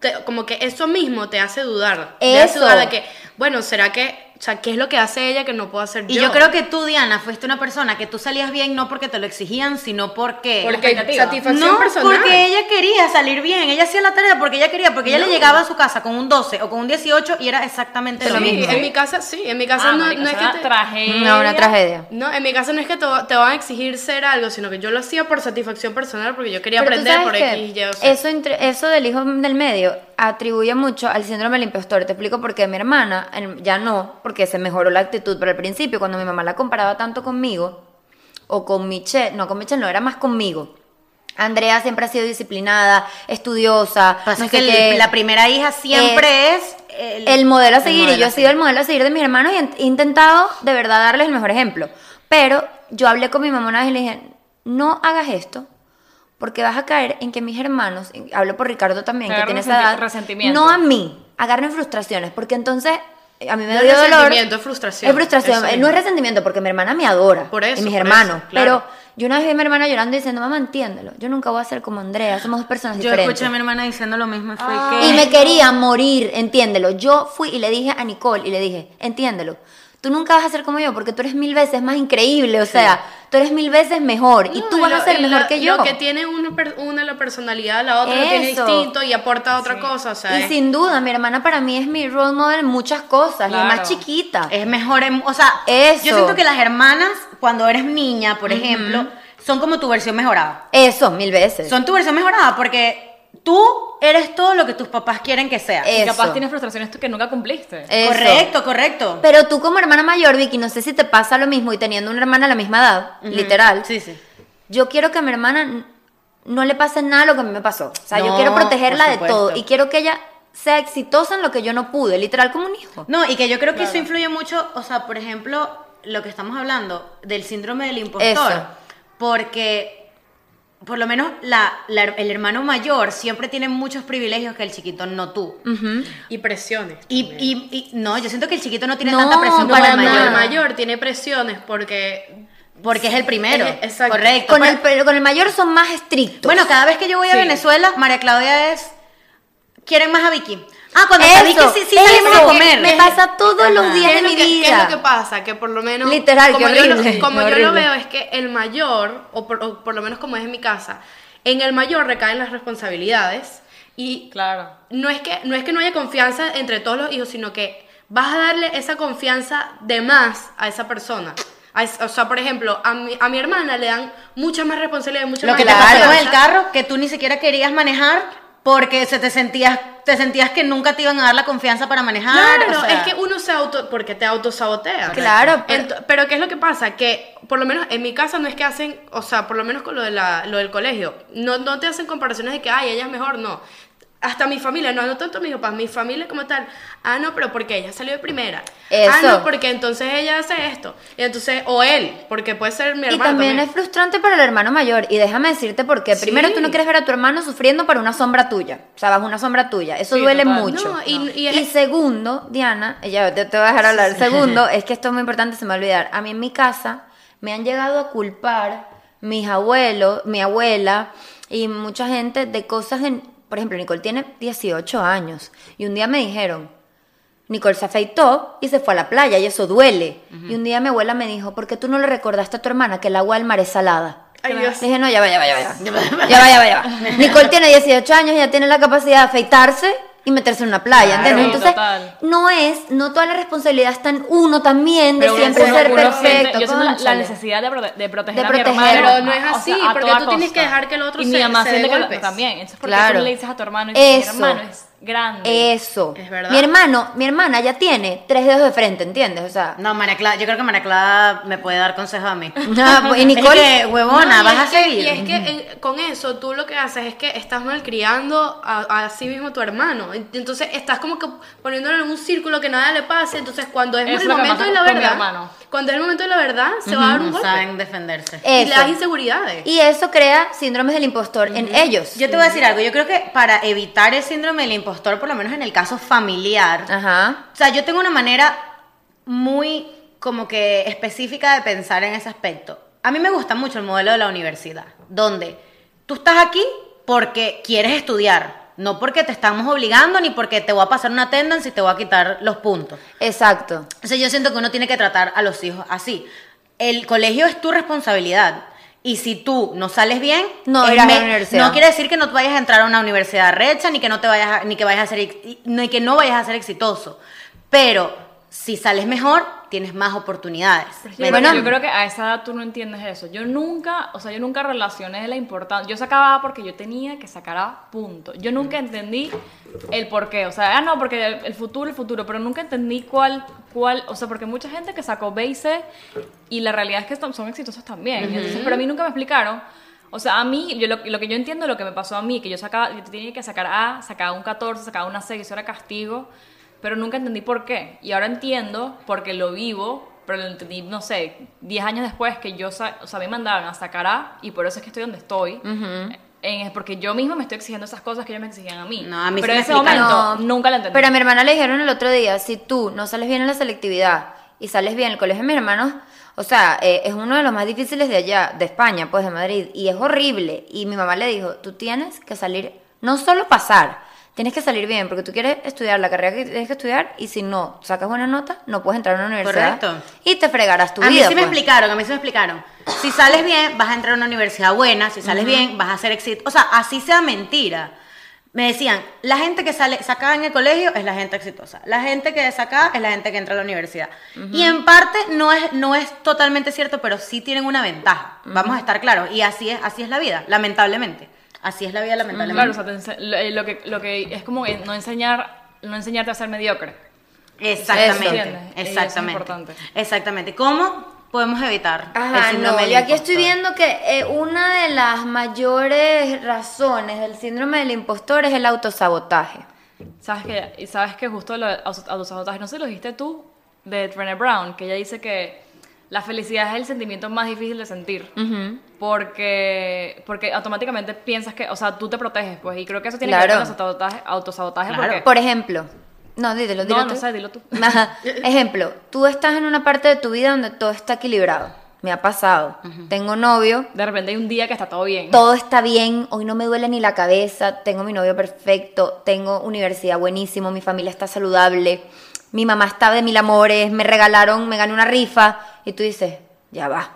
Speaker 4: te- como que eso mismo te hace dudar. Te
Speaker 2: Eso.
Speaker 4: hace dudar de que, bueno, ¿será que, o sea, qué es lo que hace ella que no puedo hacer
Speaker 1: Y yo creo que tú, Diana, fuiste una persona que tú salías bien no porque te lo exigían, sino porque...
Speaker 4: Porque
Speaker 3: expectativa.
Speaker 4: satisfacción
Speaker 1: no,
Speaker 4: personal.
Speaker 1: porque ella quería salir bien, ella hacía la tarea porque ella quería, porque ella le llegaba a su casa con un 12 o con un 18 y era exactamente lo
Speaker 4: Sí,
Speaker 1: mismo.
Speaker 4: en mi casa, sí, en mi casa
Speaker 3: Ah,
Speaker 4: no,
Speaker 3: marica,
Speaker 4: no es
Speaker 3: o
Speaker 4: que
Speaker 3: sea,
Speaker 4: te-
Speaker 3: tragedia.
Speaker 2: No, una tragedia.
Speaker 4: No, en mi casa no es que te, va- te van a exigir ser algo, sino que yo lo hacía por satisfacción personal, porque yo quería
Speaker 2: Pero tú
Speaker 4: aprender
Speaker 2: sabes
Speaker 4: por
Speaker 2: qué?
Speaker 4: X, Y o Z.
Speaker 2: eso, entre- eso del hijo del medio atribuye mucho al síndrome del impostor. Te explico por qué mi hermana, en- ya no, porque se mejoró la actitud, pero al principio, cuando mi mamá la comparaba tanto conmigo, o con Michelle, no con Michelle, no, era más conmigo. Andrea siempre ha sido disciplinada, estudiosa.
Speaker 1: Pasa
Speaker 2: no
Speaker 1: que
Speaker 2: sé
Speaker 1: el-
Speaker 2: qué.
Speaker 1: la primera hija siempre es, el,
Speaker 2: Eh, el modelo a seguir
Speaker 1: modelo
Speaker 2: y yo
Speaker 1: a
Speaker 2: he sido el modelo a seguir de mis hermanos y he intentado de verdad darles el mejor ejemplo. Pero yo hablé con mi mamá una vez y le dije, no hagas esto porque vas a caer en que mis hermanos, y hablo por Ricardo también,
Speaker 3: Te
Speaker 2: que
Speaker 3: agarran
Speaker 2: tiene esa
Speaker 3: resenti-
Speaker 2: edad,
Speaker 3: resentimiento.
Speaker 2: no a mí, agarren frustraciones porque entonces eh, a mí me
Speaker 4: No es
Speaker 2: dio dolor.
Speaker 4: resentimiento, es frustración.
Speaker 2: Es frustración,
Speaker 4: Eso
Speaker 2: eh,
Speaker 4: mismo.
Speaker 2: no es resentimiento porque mi hermana me adora
Speaker 4: Por eso,
Speaker 2: y mis
Speaker 4: por
Speaker 2: hermanos,
Speaker 4: eso, claro.
Speaker 2: pero yo una vez vi a mi hermana llorando y diciendo, mamá, entiéndelo, yo nunca voy a ser como Andrea, somos dos personas
Speaker 1: Yo
Speaker 2: diferentes.
Speaker 1: escuché a mi hermana diciendo lo mismo y fue que...
Speaker 2: Y me quería morir, entiéndelo. Yo fui y le dije a Nicole y le dije, entiéndelo. Tú nunca vas a ser como yo porque tú eres mil veces más increíble, o sea, tú eres mil veces mejor y
Speaker 4: No,
Speaker 2: tú vas
Speaker 4: lo-
Speaker 2: a ser
Speaker 4: lo-
Speaker 2: mejor que yo.
Speaker 4: Lo que tiene uno, per- una la personalidad, la otra lo tiene
Speaker 2: Eso.
Speaker 4: distinto y aporta otra cosa. O sea,
Speaker 2: y
Speaker 4: es-
Speaker 2: sin duda, mi hermana para mí es mi role model en muchas cosas, la
Speaker 3: Claro.
Speaker 2: más chiquita.
Speaker 1: Es mejor, en- o sea,
Speaker 2: Eso.
Speaker 1: yo siento que las hermanas, cuando eres niña, por ejemplo, son como tu versión mejorada.
Speaker 2: Eso, mil veces.
Speaker 1: Son tu versión mejorada porque tú eres todo lo que tus papás quieren que seas.
Speaker 2: Eh,
Speaker 3: Y capaz
Speaker 2: Eso. Eh,
Speaker 3: tienes frustraciones tú que nunca cumpliste.
Speaker 2: Eso.
Speaker 1: Correcto, correcto.
Speaker 2: Pero tú como hermana mayor, Vicky, no sé si te pasa lo mismo y teniendo una hermana a la misma edad, literal.
Speaker 1: Sí, sí.
Speaker 2: yo quiero que a mi hermana n- no le pase nada lo que a mí me pasó. O sea, yo
Speaker 1: No,
Speaker 2: quiero protegerla
Speaker 1: por
Speaker 2: de todo
Speaker 1: supuesto.
Speaker 2: y quiero que ella sea exitosa en lo que yo no pude, literal como un hijo.
Speaker 1: No, y que yo creo que eso influye mucho, o sea, por ejemplo, lo que estamos hablando del síndrome del impostor.
Speaker 2: Eso.
Speaker 1: Porque, por lo menos, la- la- el hermano mayor siempre tiene muchos privilegios que el chiquito no tuvo.
Speaker 2: Mm.
Speaker 4: y presiones.
Speaker 1: y, y- y- no, yo siento que el chiquito no tiene
Speaker 2: No,
Speaker 1: tanta presión como
Speaker 2: para
Speaker 1: el mayor.
Speaker 4: El
Speaker 2: nada.
Speaker 4: mayor tiene presiones porque
Speaker 1: Porque es el primero.
Speaker 4: Eh, exacto.
Speaker 1: Correcto.
Speaker 2: Con
Speaker 1: Pero-
Speaker 2: el, pero con el mayor son más estrictos.
Speaker 1: bueno, cada vez que yo voy a
Speaker 4: Sí.
Speaker 1: Venezuela, María Claudia es. ¿Quieren más a Vicky? Ah, cuando está Vicky,
Speaker 2: Eso,
Speaker 1: sí, sí salimos
Speaker 2: eso.
Speaker 1: a comer.
Speaker 2: Me pasa todos los días
Speaker 4: ¿Qué
Speaker 2: de
Speaker 4: es, lo
Speaker 2: mi
Speaker 4: que, qué
Speaker 2: vida.
Speaker 4: es lo que pasa? Que por lo menos.
Speaker 2: Literal,
Speaker 4: como
Speaker 2: qué
Speaker 4: yo lo-
Speaker 2: horrible,
Speaker 4: como
Speaker 2: qué
Speaker 4: yo lo
Speaker 2: horrible.
Speaker 4: veo, es que el mayor, o por, o por lo menos como es en mi casa, en el mayor recaen las responsabilidades. Y
Speaker 3: Claro.
Speaker 4: no es que no es que no haya confianza entre todos los hijos, sino que vas a darle esa confianza de más a esa persona. A es- o sea, por ejemplo, a mi, a mi hermana le dan mucha más responsabilidad, mucha
Speaker 1: Lo
Speaker 4: más
Speaker 1: que te
Speaker 2: Claro.
Speaker 1: pasó con el
Speaker 4: confianza.
Speaker 1: carro, que tú ni siquiera querías manejar porque se te sentías, te sentías que nunca te iban a dar la confianza para manejar.
Speaker 4: Claro,
Speaker 1: o sea,
Speaker 4: es que uh, uno se auto. porque te autosabotea.
Speaker 2: Claro, pero-
Speaker 4: Ento- pero, ¿qué es lo que pasa? Que por lo menos en mi casa no es que hacen, o sea, por lo menos con lo, de la, lo del colegio, no, no te hacen comparaciones de que, ay, ella es mejor, no. Hasta mi familia, no, no tanto mis papás, mi familia como tal. Ah, no, pero porque ella salió de primera. Ah,
Speaker 2: Eso.
Speaker 4: no, porque entonces ella hace esto. Y entonces, o él, porque puede ser mi
Speaker 2: Y
Speaker 4: hermano.
Speaker 2: también es frustrante para el hermano mayor. Y déjame decirte por qué. Primero,
Speaker 4: Sí.
Speaker 2: tú no quieres ver a tu hermano sufriendo para una sombra tuya. O sea, bajo una sombra tuya. Eso
Speaker 3: Sí,
Speaker 2: duele
Speaker 3: total.
Speaker 2: mucho.
Speaker 4: No, y- y
Speaker 2: y,
Speaker 4: es-
Speaker 2: segundo, Diana, ya te, te voy a dejar hablar. Segundo, es que esto es muy importante, se me va a olvidar. A mí en mi casa me han llegado a culpar mis abuelos, mi abuela y mucha gente de cosas en... Por ejemplo, Nicole tiene 18 años. Y un día me dijeron, Nicole se afeitó y se fue a la playa y eso duele. Y un día mi abuela me dijo, ¿por qué tú no le recordaste a tu hermana que el agua del mar es salada?
Speaker 4: Ay, Dios.
Speaker 2: Le dije, no, ya va, ya va, ya va, ya va. Ya va, ya va, ya va. Nicole tiene 18 años, ya tiene la capacidad de afeitarse y meterse en una playa,
Speaker 3: Claro,
Speaker 2: ¿entiendes? Entonces,
Speaker 3: total.
Speaker 2: no es, no toda la responsabilidad está en uno también de
Speaker 3: Pero uno-
Speaker 2: siempre
Speaker 3: uno-
Speaker 2: ser
Speaker 3: uno siente-
Speaker 2: perfecto.
Speaker 3: yo siento la- la,
Speaker 2: cónchale.
Speaker 3: necesidad de, prote- de proteger
Speaker 2: De
Speaker 3: a mi hermano.
Speaker 2: protegerlo. Pero
Speaker 4: no es
Speaker 3: O sea,
Speaker 4: así,
Speaker 3: a
Speaker 4: porque
Speaker 3: toda
Speaker 4: tú tienes
Speaker 3: costa.
Speaker 4: que dejar que el otro
Speaker 3: y mi
Speaker 4: se-
Speaker 3: mamá
Speaker 4: se dé
Speaker 3: siente que lo-
Speaker 4: golpes.
Speaker 3: también. Entonces, porque
Speaker 2: Claro.
Speaker 3: tú le dices a tu hermano, y dices,
Speaker 2: Eso.
Speaker 3: mi hermano es grande.
Speaker 2: Eso.
Speaker 4: Es verdad.
Speaker 2: Mi hermano, mi hermana ya tiene tres dedos de frente, ¿entiendes? O sea,
Speaker 1: No, María Clara, yo creo que María Clara me puede dar consejo a mí.
Speaker 2: no, y
Speaker 1: Es que,
Speaker 2: Nicole,
Speaker 1: huevona,
Speaker 4: pues, No, y
Speaker 1: vas
Speaker 4: es
Speaker 1: a
Speaker 4: que-
Speaker 1: seguir.
Speaker 4: Y es que eh, con eso tú lo que haces es que estás malcriando a, a sí mismo tu hermano. En- Entonces estás como que poniéndolo en un círculo que nada le pase. Entonces cuando es
Speaker 3: Eso es
Speaker 4: el
Speaker 3: lo que
Speaker 4: momento
Speaker 3: pasa
Speaker 4: de la
Speaker 3: con mi
Speaker 4: verdad,
Speaker 3: hermano.
Speaker 4: cuando es el momento de la verdad, se va a dar un
Speaker 1: no
Speaker 4: golpe.
Speaker 1: saben defenderse.
Speaker 4: Y le das
Speaker 2: Eso.
Speaker 4: inseguridades.
Speaker 2: Y eso crea síndromes del impostor en ellos.
Speaker 1: Yo te voy a decir algo, yo creo que para evitar el síndrome del impostor, por lo menos en el caso familiar,
Speaker 2: Ajá.
Speaker 1: O sea, yo tengo una manera muy como que específica de pensar en ese aspecto. A mí me gusta mucho el modelo de la universidad, donde tú estás aquí porque quieres estudiar, no porque te estamos obligando ni porque te voy a pasar una tendencia y te voy a quitar los puntos.
Speaker 2: Exacto.
Speaker 1: O sea, yo siento que uno tiene que tratar a los hijos así. El colegio es tu responsabilidad. Y si tú no sales bien,
Speaker 2: No
Speaker 1: es
Speaker 2: irás a la universidad.
Speaker 1: no quiere decir que no te vayas a entrar a una universidad recha, ni que no te vayas a- ni que vayas a ser ex- y- ni que no vayas a ser exitoso. Pero si sales mejor, tienes más oportunidades.
Speaker 3: Yo,
Speaker 2: Bueno.
Speaker 3: creo, yo creo que a esa edad tú no entiendes eso. Yo nunca, o sea, yo nunca relacioné la importancia. Yo sacaba A porque yo tenía que sacar A, punto. Yo nunca entendí el por qué. O sea, ah, no, porque el, el futuro, el futuro. Pero nunca entendí cuál, cuál, o sea, porque mucha gente que sacó B y C y la realidad es que son- son exitosos también. Entonces, pero a mí nunca me explicaron. O sea, a mí, yo, lo, lo que yo entiendo, lo que me pasó a mí, que yo sacaba, yo tenía que sacar A, sacaba un 14, sacaba una 6, eso era castigo pero nunca entendí por qué. Y ahora entiendo, porque lo vivo, pero lo entendí, no sé, 10 años después que yo, sa- o sea, me mandaban a sacar A y por eso es que estoy donde estoy. En- porque yo misma me estoy exigiendo esas cosas que ellos me exigían a mí.
Speaker 1: No, a mí
Speaker 3: pero
Speaker 1: sí
Speaker 3: en
Speaker 1: me
Speaker 3: ese
Speaker 1: explicaron.
Speaker 3: momento
Speaker 2: No,
Speaker 3: nunca lo entendí.
Speaker 2: Pero a mi hermana le dijeron el otro día, si tú no sales bien en la selectividad y sales bien en el colegio de mis hermanos, o sea, eh, es uno de los más difíciles de allá, de España, pues de Madrid, y es horrible. Y mi mamá le dijo, tú tienes que salir, no solo pasar, tienes que salir bien, porque tú quieres estudiar la carrera que tienes que estudiar y si no sacas buena nota, no puedes entrar a una universidad.
Speaker 1: Correcto.
Speaker 2: Y te fregarás tu
Speaker 1: a mí
Speaker 2: vida.
Speaker 1: sí me
Speaker 2: pues.
Speaker 1: explicaron, a mí sí me explicaron. Si sales bien, vas a entrar a una universidad buena, si sales bien, vas a ser éxito. O sea, así sea mentira. Me decían, la gente que sale, saca en el colegio es la gente exitosa. La gente que saca es la gente que entra a la universidad. Y en parte no es, no es totalmente cierto, pero sí tienen una ventaja. Vamos a estar claros. Y así es, así es la vida, lamentablemente. Así es la vida, lamentablemente.
Speaker 3: Claro, o sea, te ense- lo, eh, lo que, lo que es como eh, no enseñar, no enseñarte a ser mediocre.
Speaker 1: Exactamente.
Speaker 3: Eso. Eso es
Speaker 1: exactamente.
Speaker 3: importante.
Speaker 1: Exactamente. ¿Cómo podemos evitar
Speaker 2: Ajá,
Speaker 1: el síndrome
Speaker 2: no,
Speaker 1: del
Speaker 2: yo aquí estoy
Speaker 1: impostor?
Speaker 2: viendo que eh, una de las mayores razones del síndrome del impostor es el autosabotaje.
Speaker 3: ¿Sabes que Y sabes que justo lo, a, sus- a los sabotajes, no sé, lo dijiste tú, de Brené Brown, que ella dice que la felicidad es el sentimiento más difícil de sentir. Porque, porque automáticamente piensas que, o sea, tú te proteges, pues, y creo que eso tiene que ver
Speaker 2: Claro.
Speaker 3: con el autosabotaje, autosabotaje porque...
Speaker 2: Por ejemplo, no, dítelo, dilo
Speaker 3: no,
Speaker 2: tú.
Speaker 3: no sé, dilo tú.
Speaker 2: Ajá. Ejemplo, tú estás en una parte de tu vida donde todo está equilibrado. Me ha pasado. Tengo novio,
Speaker 3: De repente hay un día que está todo bien.
Speaker 2: todo está bien, hoy no me duele ni la cabeza, tengo mi novio perfecto, tengo universidad buenísimo, mi familia está saludable, mi mamá está de mil amores, me regalaron, me gané una rifa. Y tú dices, ya va,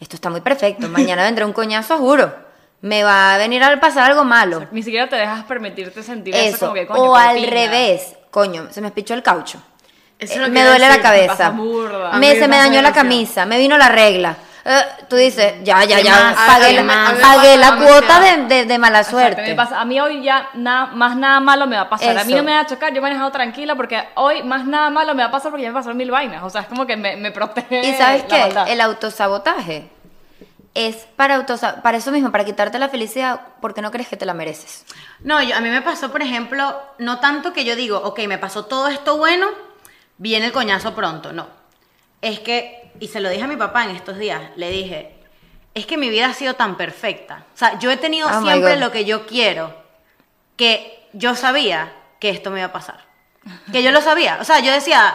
Speaker 2: esto está muy perfecto, mañana vendrá un coñazo, juro. me va a venir a pasar algo malo.
Speaker 3: Ni siquiera te dejas permitirte sentir eso,
Speaker 2: Eso.
Speaker 3: como que coño,
Speaker 2: O
Speaker 3: qué
Speaker 2: al
Speaker 3: pinga.
Speaker 2: revés. Coño, se me espichó el caucho.
Speaker 4: Eso
Speaker 2: Eh,
Speaker 4: es lo que
Speaker 2: me
Speaker 4: iba a
Speaker 2: duele la
Speaker 4: decir, me
Speaker 3: pasa
Speaker 2: cabeza.
Speaker 3: burda.
Speaker 2: Me,
Speaker 4: A mí
Speaker 2: se me
Speaker 4: me pasa
Speaker 2: daño la
Speaker 4: demasiado.
Speaker 2: camisa. Me vino la regla. Eh, tú dices, ya, ya,
Speaker 1: ¿Qué
Speaker 2: ya.
Speaker 1: más?
Speaker 2: Pagué,
Speaker 1: ¿Qué
Speaker 2: la-
Speaker 1: más?
Speaker 2: pagué la
Speaker 4: Demasiado.
Speaker 2: cuota de, de- de mala
Speaker 3: Exacto,
Speaker 2: suerte.
Speaker 3: me pasa- a mí hoy ya nada, más nada malo me va a pasar. A mí
Speaker 2: Eso.
Speaker 3: no me va a chocar, yo me he dejado tranquila porque hoy más nada malo me va a pasar porque ya me pasaron mil vainas. O sea, es como que me, me protege.
Speaker 2: Y sabes
Speaker 3: la
Speaker 2: qué?
Speaker 3: maldad.
Speaker 2: El autosabotaje es para, autosa- para eso mismo, para quitarte la felicidad porque no crees que te la mereces.
Speaker 1: No, yo, a mí me pasó, por ejemplo, no tanto que yo digo, ok, me pasó todo esto bueno, viene el coñazo pronto. No. Es que, y se lo dije a mi papá en estos días, le dije, es que mi vida ha sido tan perfecta. O sea, yo he tenido
Speaker 2: Oh my
Speaker 1: siempre
Speaker 2: God.
Speaker 1: lo que yo quiero, que yo sabía que esto me iba a pasar. Que yo lo sabía. O sea, yo decía,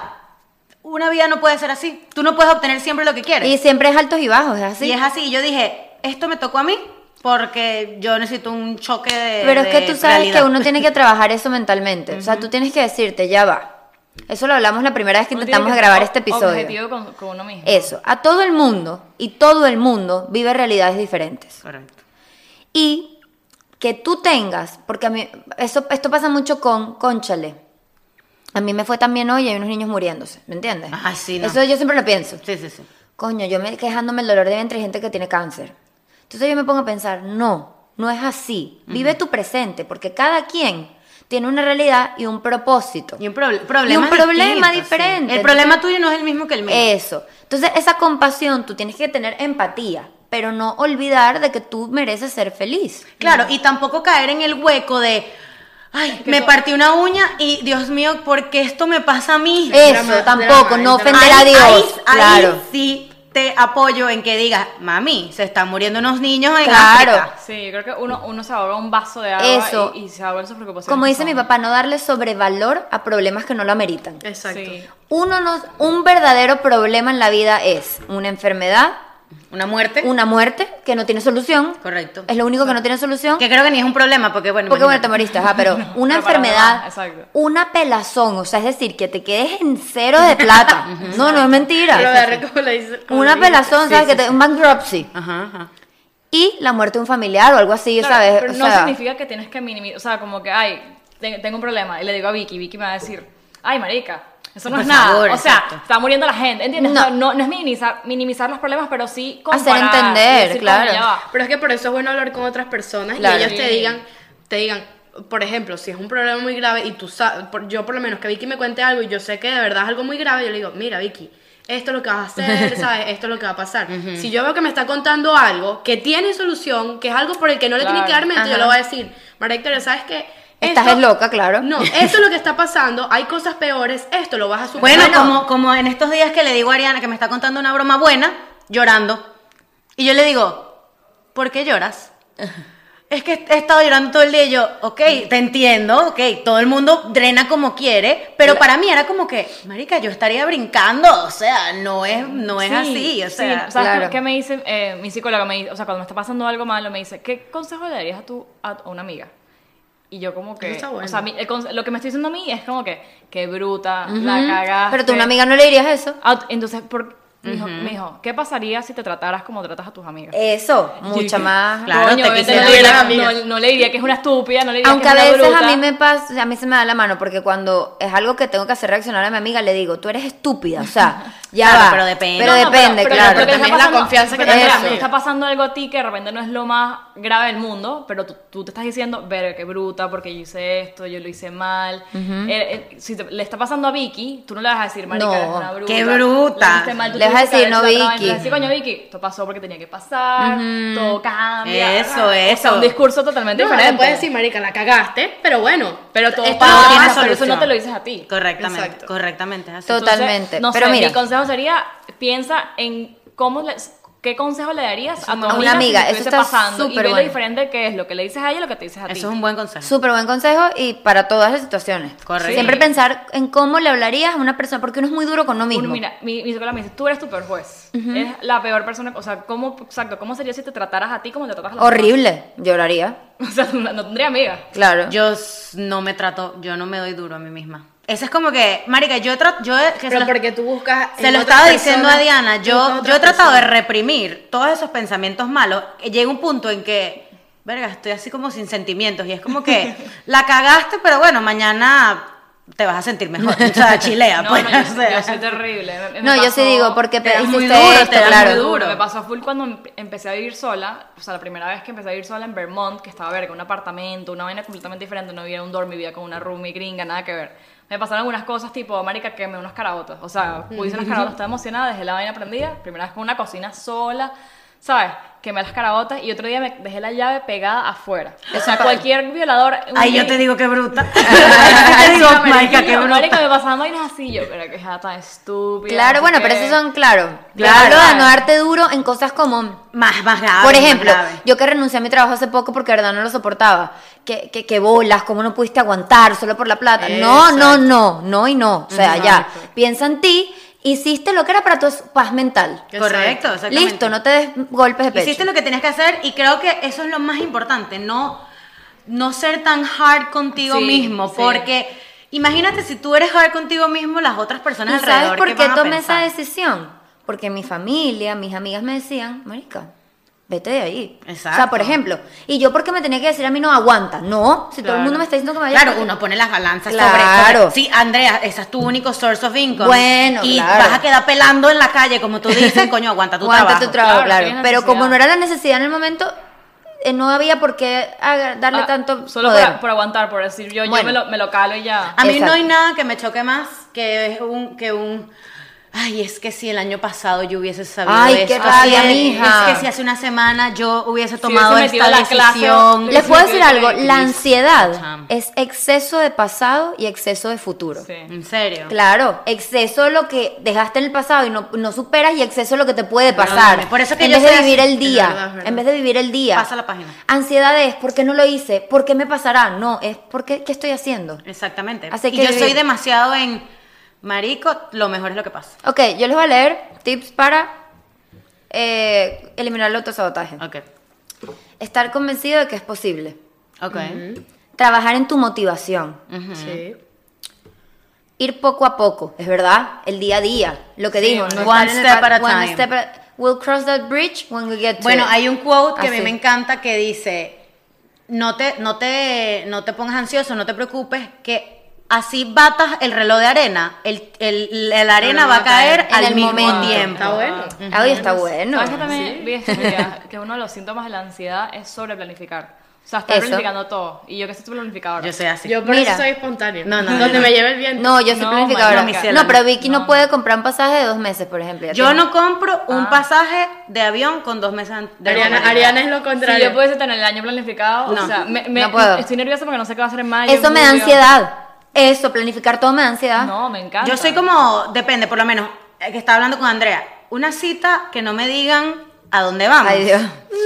Speaker 1: una vida no puede ser así. Tú no puedes obtener siempre lo que quieres.
Speaker 2: Y siempre es altos y bajos, es así.
Speaker 1: Y es así, yo dije, esto me tocó a mí porque yo necesito un choque de
Speaker 2: Pero es que
Speaker 1: de
Speaker 2: tú sabes
Speaker 1: realidad.
Speaker 2: que uno tiene que trabajar eso mentalmente. O sea, tú tienes que decirte, ya va. Eso lo hablamos la primera vez que
Speaker 3: Uno tiene
Speaker 2: intentamos
Speaker 3: que
Speaker 2: grabar
Speaker 3: ser
Speaker 2: este episodio.
Speaker 3: Objetivo con, con uno mismo.
Speaker 2: Eso, a todo el mundo y todo el mundo vive realidades diferentes.
Speaker 1: Correcto.
Speaker 2: Y que tú tengas, porque a mí, eso, esto pasa mucho con Conchale. A mí me fue también hoy y hay unos niños muriéndose, ¿me entiendes?
Speaker 1: Ay, sí, no.
Speaker 2: Eso yo siempre lo pienso.
Speaker 1: Sí, sí, sí.
Speaker 2: Coño, yo me quejándome el dolor de vientre de gente que tiene cáncer. Entonces yo me pongo a pensar, no, no es así. Vive tu presente, porque cada quien tiene una realidad y un propósito.
Speaker 1: Y un proble- problema
Speaker 2: Y un problema
Speaker 1: distinto, sí.
Speaker 2: diferente. eh,
Speaker 1: El problema tuyo no es el mismo que el mío.
Speaker 2: Eso. Entonces, esa compasión, tú tienes que tener empatía, pero no olvidar de que tú mereces ser feliz.
Speaker 1: claro, y tampoco caer en el hueco de, ay, me partí una uña y Dios mío, ¿por qué esto me pasa a mí?
Speaker 2: Eso,
Speaker 4: drama,
Speaker 2: tampoco,
Speaker 4: drama,
Speaker 2: no
Speaker 4: drama.
Speaker 2: Eh, ofender a
Speaker 1: Ahí-
Speaker 2: Dios.
Speaker 1: ahí- ahí
Speaker 2: claro.
Speaker 1: sí te apoyo en que digas, mami, se están muriendo unos niños en
Speaker 2: Claro.
Speaker 1: África".
Speaker 3: Sí, yo creo que uno, uno se ahoga un vaso de agua
Speaker 2: Eso.
Speaker 3: Y, y se ahoga en sus preocupaciones.
Speaker 2: Como dice
Speaker 3: Son-
Speaker 2: mi papá, no darle sobrevalor a problemas que no lo ameritan.
Speaker 4: Exacto.
Speaker 3: Sí.
Speaker 2: Uno no, un verdadero problema en la vida es una enfermedad,
Speaker 1: Una muerte.
Speaker 2: una muerte que no tiene solución.
Speaker 1: Correcto.
Speaker 2: Es lo único que no tiene solución.
Speaker 1: Que creo que ni es un problema, porque bueno.
Speaker 2: Porque bueno, te
Speaker 1: imagínate.
Speaker 2: moriste, ajá, pero una
Speaker 3: Pero para
Speaker 2: enfermedad,
Speaker 3: nada, exacto.
Speaker 2: una pelazón, o sea, es decir, que te quedes en cero de plata. no, no es mentira.
Speaker 4: Pero agarré como le dice. como
Speaker 2: Una
Speaker 4: le dije.
Speaker 2: pelazón, ¿sabes? que te, un bankruptcy.
Speaker 1: Ajá, ajá.
Speaker 2: Y la muerte de un familiar o algo así,
Speaker 3: Claro,
Speaker 2: ¿sabes?
Speaker 3: Pero
Speaker 2: O
Speaker 3: no
Speaker 2: sea,
Speaker 3: significa que tienes que minimizar. O sea, como que, ay, te- tengo un problema. Y le digo a Vicky, Vicky me va a decir, ay, marica. Eso no
Speaker 1: Por
Speaker 3: es nada.
Speaker 1: favor,
Speaker 3: o sea,
Speaker 1: exacto.
Speaker 3: está muriendo la gente, ¿entiendes?
Speaker 2: No.
Speaker 3: O sea, No, no, es minimizar, minimizar los problemas, pero sí
Speaker 2: Hacer
Speaker 3: comparar. y
Speaker 2: entender,
Speaker 3: decir,
Speaker 2: claro.
Speaker 3: "Coño, ya va".
Speaker 4: Pero es que por eso es bueno hablar con otras personas
Speaker 2: Claro.
Speaker 4: y ellos te
Speaker 3: Sí.
Speaker 4: digan, te digan, por ejemplo, si es un problema muy grave y tú sabes, yo por lo menos que Vicky me cuente algo y yo sé que de verdad es algo muy grave, yo le digo, mira Vicky, esto es lo que vas a hacer, ¿sabes? Esto es lo que va a pasar. Si yo veo que me está contando algo que tiene solución, que es algo por el que no le tiene que dar
Speaker 3: Claro.
Speaker 4: mente, yo
Speaker 2: Ajá.
Speaker 4: le voy a decir, María Victoria, ¿sabes qué?
Speaker 2: Estás
Speaker 4: Esto-
Speaker 2: es loca, claro.
Speaker 4: No, esto es lo que está pasando, hay cosas peores, esto lo vas a superar.
Speaker 1: Bueno, Como, como en estos días que le digo a Ariana que me está contando una broma buena, llorando. Y yo le digo, ¿por qué lloras? Es que he estado llorando todo el día y yo, ok, te entiendo, ok, todo el mundo drena como quiere, pero para mí era como que, marica, yo estaría brincando, o sea, no es, no es
Speaker 3: Sí,
Speaker 1: así, o
Speaker 3: sí.
Speaker 1: sea,
Speaker 3: ¿Sabes qué-
Speaker 2: claro.
Speaker 3: qué me dice eh, mi psicóloga? Me dice, o sea, cuando me está pasando algo malo, me dice, ¿qué consejo le darías a, tu, a a una amiga? Y yo como que,
Speaker 4: Eso está bueno.
Speaker 3: o sea, mi- el conse- lo que me estoy diciendo a mí es como que, qué bruta, la cagaste.
Speaker 2: ¿Mm? Pero tú a una amiga no le dirías eso.
Speaker 3: Ah, Entonces, por, me, dijo, me dijo, ¿qué pasaría si te trataras como tratas a tus amigas?
Speaker 2: Eso, mucha
Speaker 3: que-
Speaker 2: más.
Speaker 1: Eh, Claro,
Speaker 3: Coño,
Speaker 1: te
Speaker 3: obviamente
Speaker 1: quisiera
Speaker 3: no, le
Speaker 1: ver
Speaker 3: diría,
Speaker 1: las amigas.
Speaker 3: no- no le diría que es una estúpida, no le diría
Speaker 2: Aunque
Speaker 3: que
Speaker 2: a
Speaker 3: es una
Speaker 2: veces
Speaker 3: bruta.
Speaker 2: a mí me pasa, a mí se me da la mano, porque cuando es algo que tengo que hacer reaccionar a mi amiga, le digo, tú eres estúpida, o sea, ya
Speaker 1: Claro,
Speaker 2: va.
Speaker 1: pero depende.
Speaker 2: Pero
Speaker 1: No,
Speaker 3: no,
Speaker 2: depende,
Speaker 3: pero- pero
Speaker 2: claro.
Speaker 3: porque te está
Speaker 4: También la
Speaker 3: pasando-
Speaker 4: confianza que
Speaker 3: pero
Speaker 2: te
Speaker 3: mira,
Speaker 2: da.
Speaker 3: te está pasando algo a ti que de repente no es lo más grave del mundo, pero tú, tú te estás diciendo, verga, qué bruta, porque yo hice esto, yo lo hice mal. Eh, eh, si te- le está pasando a Vicky, tú no le vas a decir, marica,
Speaker 2: No,
Speaker 3: eres una bruta.
Speaker 1: qué bruta.
Speaker 3: la hiciste mal, tú
Speaker 2: Le vas a
Speaker 3: tuviste que
Speaker 2: decir,
Speaker 3: haber
Speaker 2: no,
Speaker 3: hecho otra vaina".
Speaker 2: Vicky.
Speaker 3: Le vas a decir, coño, Vicky, esto pasó porque tenía que pasar, todo cambia.
Speaker 1: Eso,
Speaker 3: O sea,
Speaker 1: eso.
Speaker 3: un discurso totalmente
Speaker 4: No, le
Speaker 3: diferente.
Speaker 4: puedes decir, marica, la cagaste, pero bueno,
Speaker 3: pero todo
Speaker 4: esto
Speaker 1: no tiene
Speaker 3: pasa, pero eso
Speaker 1: solución.
Speaker 3: no te lo dices a ti.
Speaker 1: correctamente,
Speaker 4: Exacto.
Speaker 1: correctamente, es así.
Speaker 2: Tot-
Speaker 3: Entonces,
Speaker 2: Totalmente,
Speaker 3: no
Speaker 2: pero
Speaker 3: sé,
Speaker 2: mira.
Speaker 3: mi consejo sería, piensa en cómo le- qué consejo le darías a, tu
Speaker 2: una
Speaker 3: amiga,
Speaker 2: amiga,
Speaker 3: si te
Speaker 2: eso
Speaker 3: estuviese
Speaker 2: está
Speaker 3: pasando y
Speaker 2: súper
Speaker 3: ve lo
Speaker 2: bueno.
Speaker 3: diferente que es lo que le dices a ella y lo que te dices a ti.
Speaker 1: Eso es un buen consejo.
Speaker 2: Súper buen consejo y para todas las situaciones.
Speaker 1: Correcto.
Speaker 2: Siempre
Speaker 3: Sí.
Speaker 2: pensar en cómo le hablarías a una persona, porque uno es muy duro con uno mismo.
Speaker 3: Uno, mira, mi, mi psicóloga me dice, tú eres tu peor juez. Eres la peor persona, o sea, ¿cómo, exacto, ¿cómo sería si te trataras a ti como te tratas a los
Speaker 2: Horrible, lloraría,
Speaker 3: demás? O sea, no, no tendría amiga.
Speaker 2: claro.
Speaker 1: Yo s- no me trato, yo no me doy duro a mí misma. Eso es como que, marica, yo trato, yo que se
Speaker 4: Pero
Speaker 1: los-
Speaker 4: porque tú buscas.
Speaker 1: Se
Speaker 4: en
Speaker 1: lo
Speaker 4: otras
Speaker 1: estaba diciendo a
Speaker 4: personas,
Speaker 1: Diana,
Speaker 4: buscas
Speaker 1: yo,
Speaker 4: otras
Speaker 1: yo he tratado de
Speaker 4: personas.
Speaker 1: reprimir todos esos pensamientos malos. Llega un punto en que verga, estoy así como sin sentimientos. Y es como que la cagaste, pero bueno, mañana te vas a sentir mejor. O sea, chilea,
Speaker 3: No,
Speaker 1: pues.
Speaker 3: no, yo,
Speaker 1: o sea.
Speaker 3: yo soy terrible. me- me
Speaker 2: No, yo sí
Speaker 3: pasó-
Speaker 2: digo, porque
Speaker 1: te das
Speaker 2: pediste
Speaker 1: muy duro,
Speaker 2: esto,
Speaker 1: te das
Speaker 2: claro.
Speaker 3: muy duro. Me pasó full cuando em- empecé a vivir sola, o sea, la primera vez que empecé a vivir sola en Vermont, que estaba verga, un apartamento, una vaina completamente diferente, no vivía en un dorm, vivía con una roomie gringa, nada que ver. Me pasaron algunas cosas tipo, marica, quemé unos caraotas, o sea,
Speaker 2: Mm.
Speaker 3: puse unas caraotas, estaba emocionada, dejé la vaina prendida, primera vez con una cocina sola, ¿sabes? Quemé las caraotas y otro día me dejé la llave pegada afuera. O sea, cualquier violador... un
Speaker 1: Ay, yo
Speaker 3: gay-
Speaker 1: te digo que bruta.
Speaker 3: Ay,
Speaker 1: Ay, te digo,
Speaker 3: no, marica,
Speaker 1: marica, qué
Speaker 3: yo, marica,
Speaker 1: bruta.
Speaker 3: me pasaban vainas así, yo, pero que es tan estúpida. no sé
Speaker 2: Claro, bueno, pero
Speaker 3: qué.
Speaker 2: esos son, claro.
Speaker 3: Claro.
Speaker 2: Claro, de no darte duro en cosas como.
Speaker 1: Más, más grave.
Speaker 2: Por
Speaker 1: más
Speaker 2: ejemplo,
Speaker 1: grave.
Speaker 2: yo que renuncié a mi trabajo hace poco porque de verdad no lo soportaba. Que, que, que bolas, cómo no pudiste aguantar solo por la plata. No, no, no, no y no. O sea, ya. Piensa en ti, hiciste lo que era para tu paz mental.
Speaker 4: Exacto.
Speaker 1: Correcto, exactamente.
Speaker 2: Listo, no te des golpes de pecho.
Speaker 1: Hiciste lo que tenías que hacer y creo que eso es lo más importante, no, no ser tan hard contigo
Speaker 3: Sí,
Speaker 1: mismo,
Speaker 3: sí.
Speaker 1: porque imagínate si tú eres hard contigo mismo, las otras personas
Speaker 2: ¿Y
Speaker 1: alrededor
Speaker 2: sabes por
Speaker 1: ¿qué
Speaker 2: qué
Speaker 1: van a
Speaker 2: tomé esa
Speaker 1: pensar?
Speaker 2: decisión? Porque mi familia, mis amigas me decían, marica, vete de ahí. O sea,
Speaker 1: Exacto.
Speaker 2: por ejemplo, y yo porque me tenía que decir a mí no aguanta, no, si todo el mundo me está diciendo que me vaya.
Speaker 1: Claro, uno pone las balanzas sobre,
Speaker 2: Claro.
Speaker 1: sobre- Sí, Andrea, ese es tu único source of income.
Speaker 2: Bueno,
Speaker 1: Y
Speaker 2: claro.
Speaker 1: vas a quedar pelando en la calle, como tú dices, coño, aguanta tu
Speaker 2: aguanta
Speaker 1: trabajo.
Speaker 2: tu trabajo,
Speaker 3: Claro,
Speaker 2: claro.
Speaker 3: tienes
Speaker 2: Pero como
Speaker 3: necesidad.
Speaker 2: no era la necesidad en el momento, eh, no había por qué haga- darle
Speaker 3: Ah,
Speaker 2: tanto
Speaker 3: Solo
Speaker 2: poder.
Speaker 3: Por, por aguantar, por decir yo, yo
Speaker 2: Bueno.
Speaker 3: me lo, me lo calo y ya.
Speaker 1: A mí
Speaker 2: Exacto.
Speaker 1: no hay nada que me choque más que un, que un ay, es que si el año pasado yo hubiese sabido
Speaker 2: Ay, qué
Speaker 1: esto,
Speaker 2: rabia,
Speaker 1: es-
Speaker 2: mija.
Speaker 1: Es que si hace una semana yo hubiese tomado
Speaker 3: hubiese metido
Speaker 1: esta
Speaker 3: la clase,
Speaker 1: decisión.
Speaker 3: le-
Speaker 2: Les puedo
Speaker 3: Sí,
Speaker 2: decir algo,
Speaker 3: sí,
Speaker 2: la
Speaker 3: sí.
Speaker 2: ansiedad
Speaker 1: Chamo.
Speaker 2: es exceso de pasado y exceso de futuro.
Speaker 3: Sí.
Speaker 1: En serio.
Speaker 2: Claro, exceso de lo que dejaste en el pasado y no, no superas y exceso de lo que te puede pasar.
Speaker 1: no, no. Por eso que
Speaker 2: en
Speaker 1: yo
Speaker 2: vez de
Speaker 1: soy así.
Speaker 2: vivir el día,
Speaker 4: Es verdad, es verdad.
Speaker 2: en vez de vivir el día.
Speaker 1: Pasa la página.
Speaker 2: Ansiedad es, ¿por qué no lo hice? ¿Por qué me pasará? No, es porque qué estoy haciendo.
Speaker 1: Exactamente.
Speaker 2: Así
Speaker 1: y
Speaker 2: que-
Speaker 1: yo soy demasiado en marico, lo mejor es lo que pasa.
Speaker 2: Ok, yo les voy a leer tips para eh, eliminar el autosabotaje.
Speaker 1: Ok.
Speaker 2: Estar convencido de que es posible.
Speaker 1: Ok.
Speaker 2: Trabajar en tu motivación.
Speaker 4: Sí.
Speaker 2: ir poco a poco, es verdad, el día a día, lo que
Speaker 1: Sí,
Speaker 2: digo,
Speaker 1: bueno, one
Speaker 2: estar en el
Speaker 1: step
Speaker 2: pa-
Speaker 1: at a
Speaker 2: one
Speaker 1: time.
Speaker 2: step at- we'll cross that bridge when we get to
Speaker 1: Bueno,
Speaker 2: it.
Speaker 1: hay un quote que a mí
Speaker 2: Así.
Speaker 1: me encanta que dice, no te, no, te, no te pongas ansioso, no te preocupes, que así batas el reloj de arena, el, el- la arena va a caer
Speaker 2: en
Speaker 1: al
Speaker 2: el
Speaker 1: mismo
Speaker 2: momento.
Speaker 1: tiempo.
Speaker 4: Está bueno.
Speaker 2: Ah, oye, está bueno.
Speaker 3: ¿Sabes que también vi esto, Julia? que uno de los síntomas de la ansiedad es sobreplanificar? O sea, estar
Speaker 2: Eso.
Speaker 3: planificando todo. Y yo que soy planificadora.
Speaker 1: Yo soy así.
Speaker 4: Yo por
Speaker 2: Mira.
Speaker 4: eso soy espontánea.
Speaker 1: No, no, no, no.
Speaker 4: Donde me lleve el viento.
Speaker 2: No, yo soy
Speaker 3: No,
Speaker 2: planificadora.
Speaker 1: marica, mi cielo,
Speaker 2: No, pero Vicky no,
Speaker 3: no.
Speaker 2: puede comprar un pasaje de dos meses, por ejemplo. ya
Speaker 1: Yo
Speaker 2: tiene-
Speaker 1: no compro un
Speaker 3: Ah.
Speaker 1: pasaje de avión con dos meses an- de
Speaker 4: Ariana,
Speaker 1: antelación.
Speaker 4: Ariana es lo
Speaker 3: Si
Speaker 4: contrario.
Speaker 3: yo pudiese tener el año planificado,
Speaker 1: No,
Speaker 3: o sea, me, me-
Speaker 2: no puedo.
Speaker 3: estoy nerviosa porque no sé qué va a hacer en mayo.
Speaker 2: Eso
Speaker 3: en
Speaker 2: me da
Speaker 3: julio.
Speaker 2: ansiedad. Eso, planificar todo me da ansiedad.
Speaker 3: No, me encanta.
Speaker 1: Yo soy como, depende, por lo menos, eh, que estaba hablando con Andrea, una cita que no me digan a dónde vamos.
Speaker 2: Ay, Dios.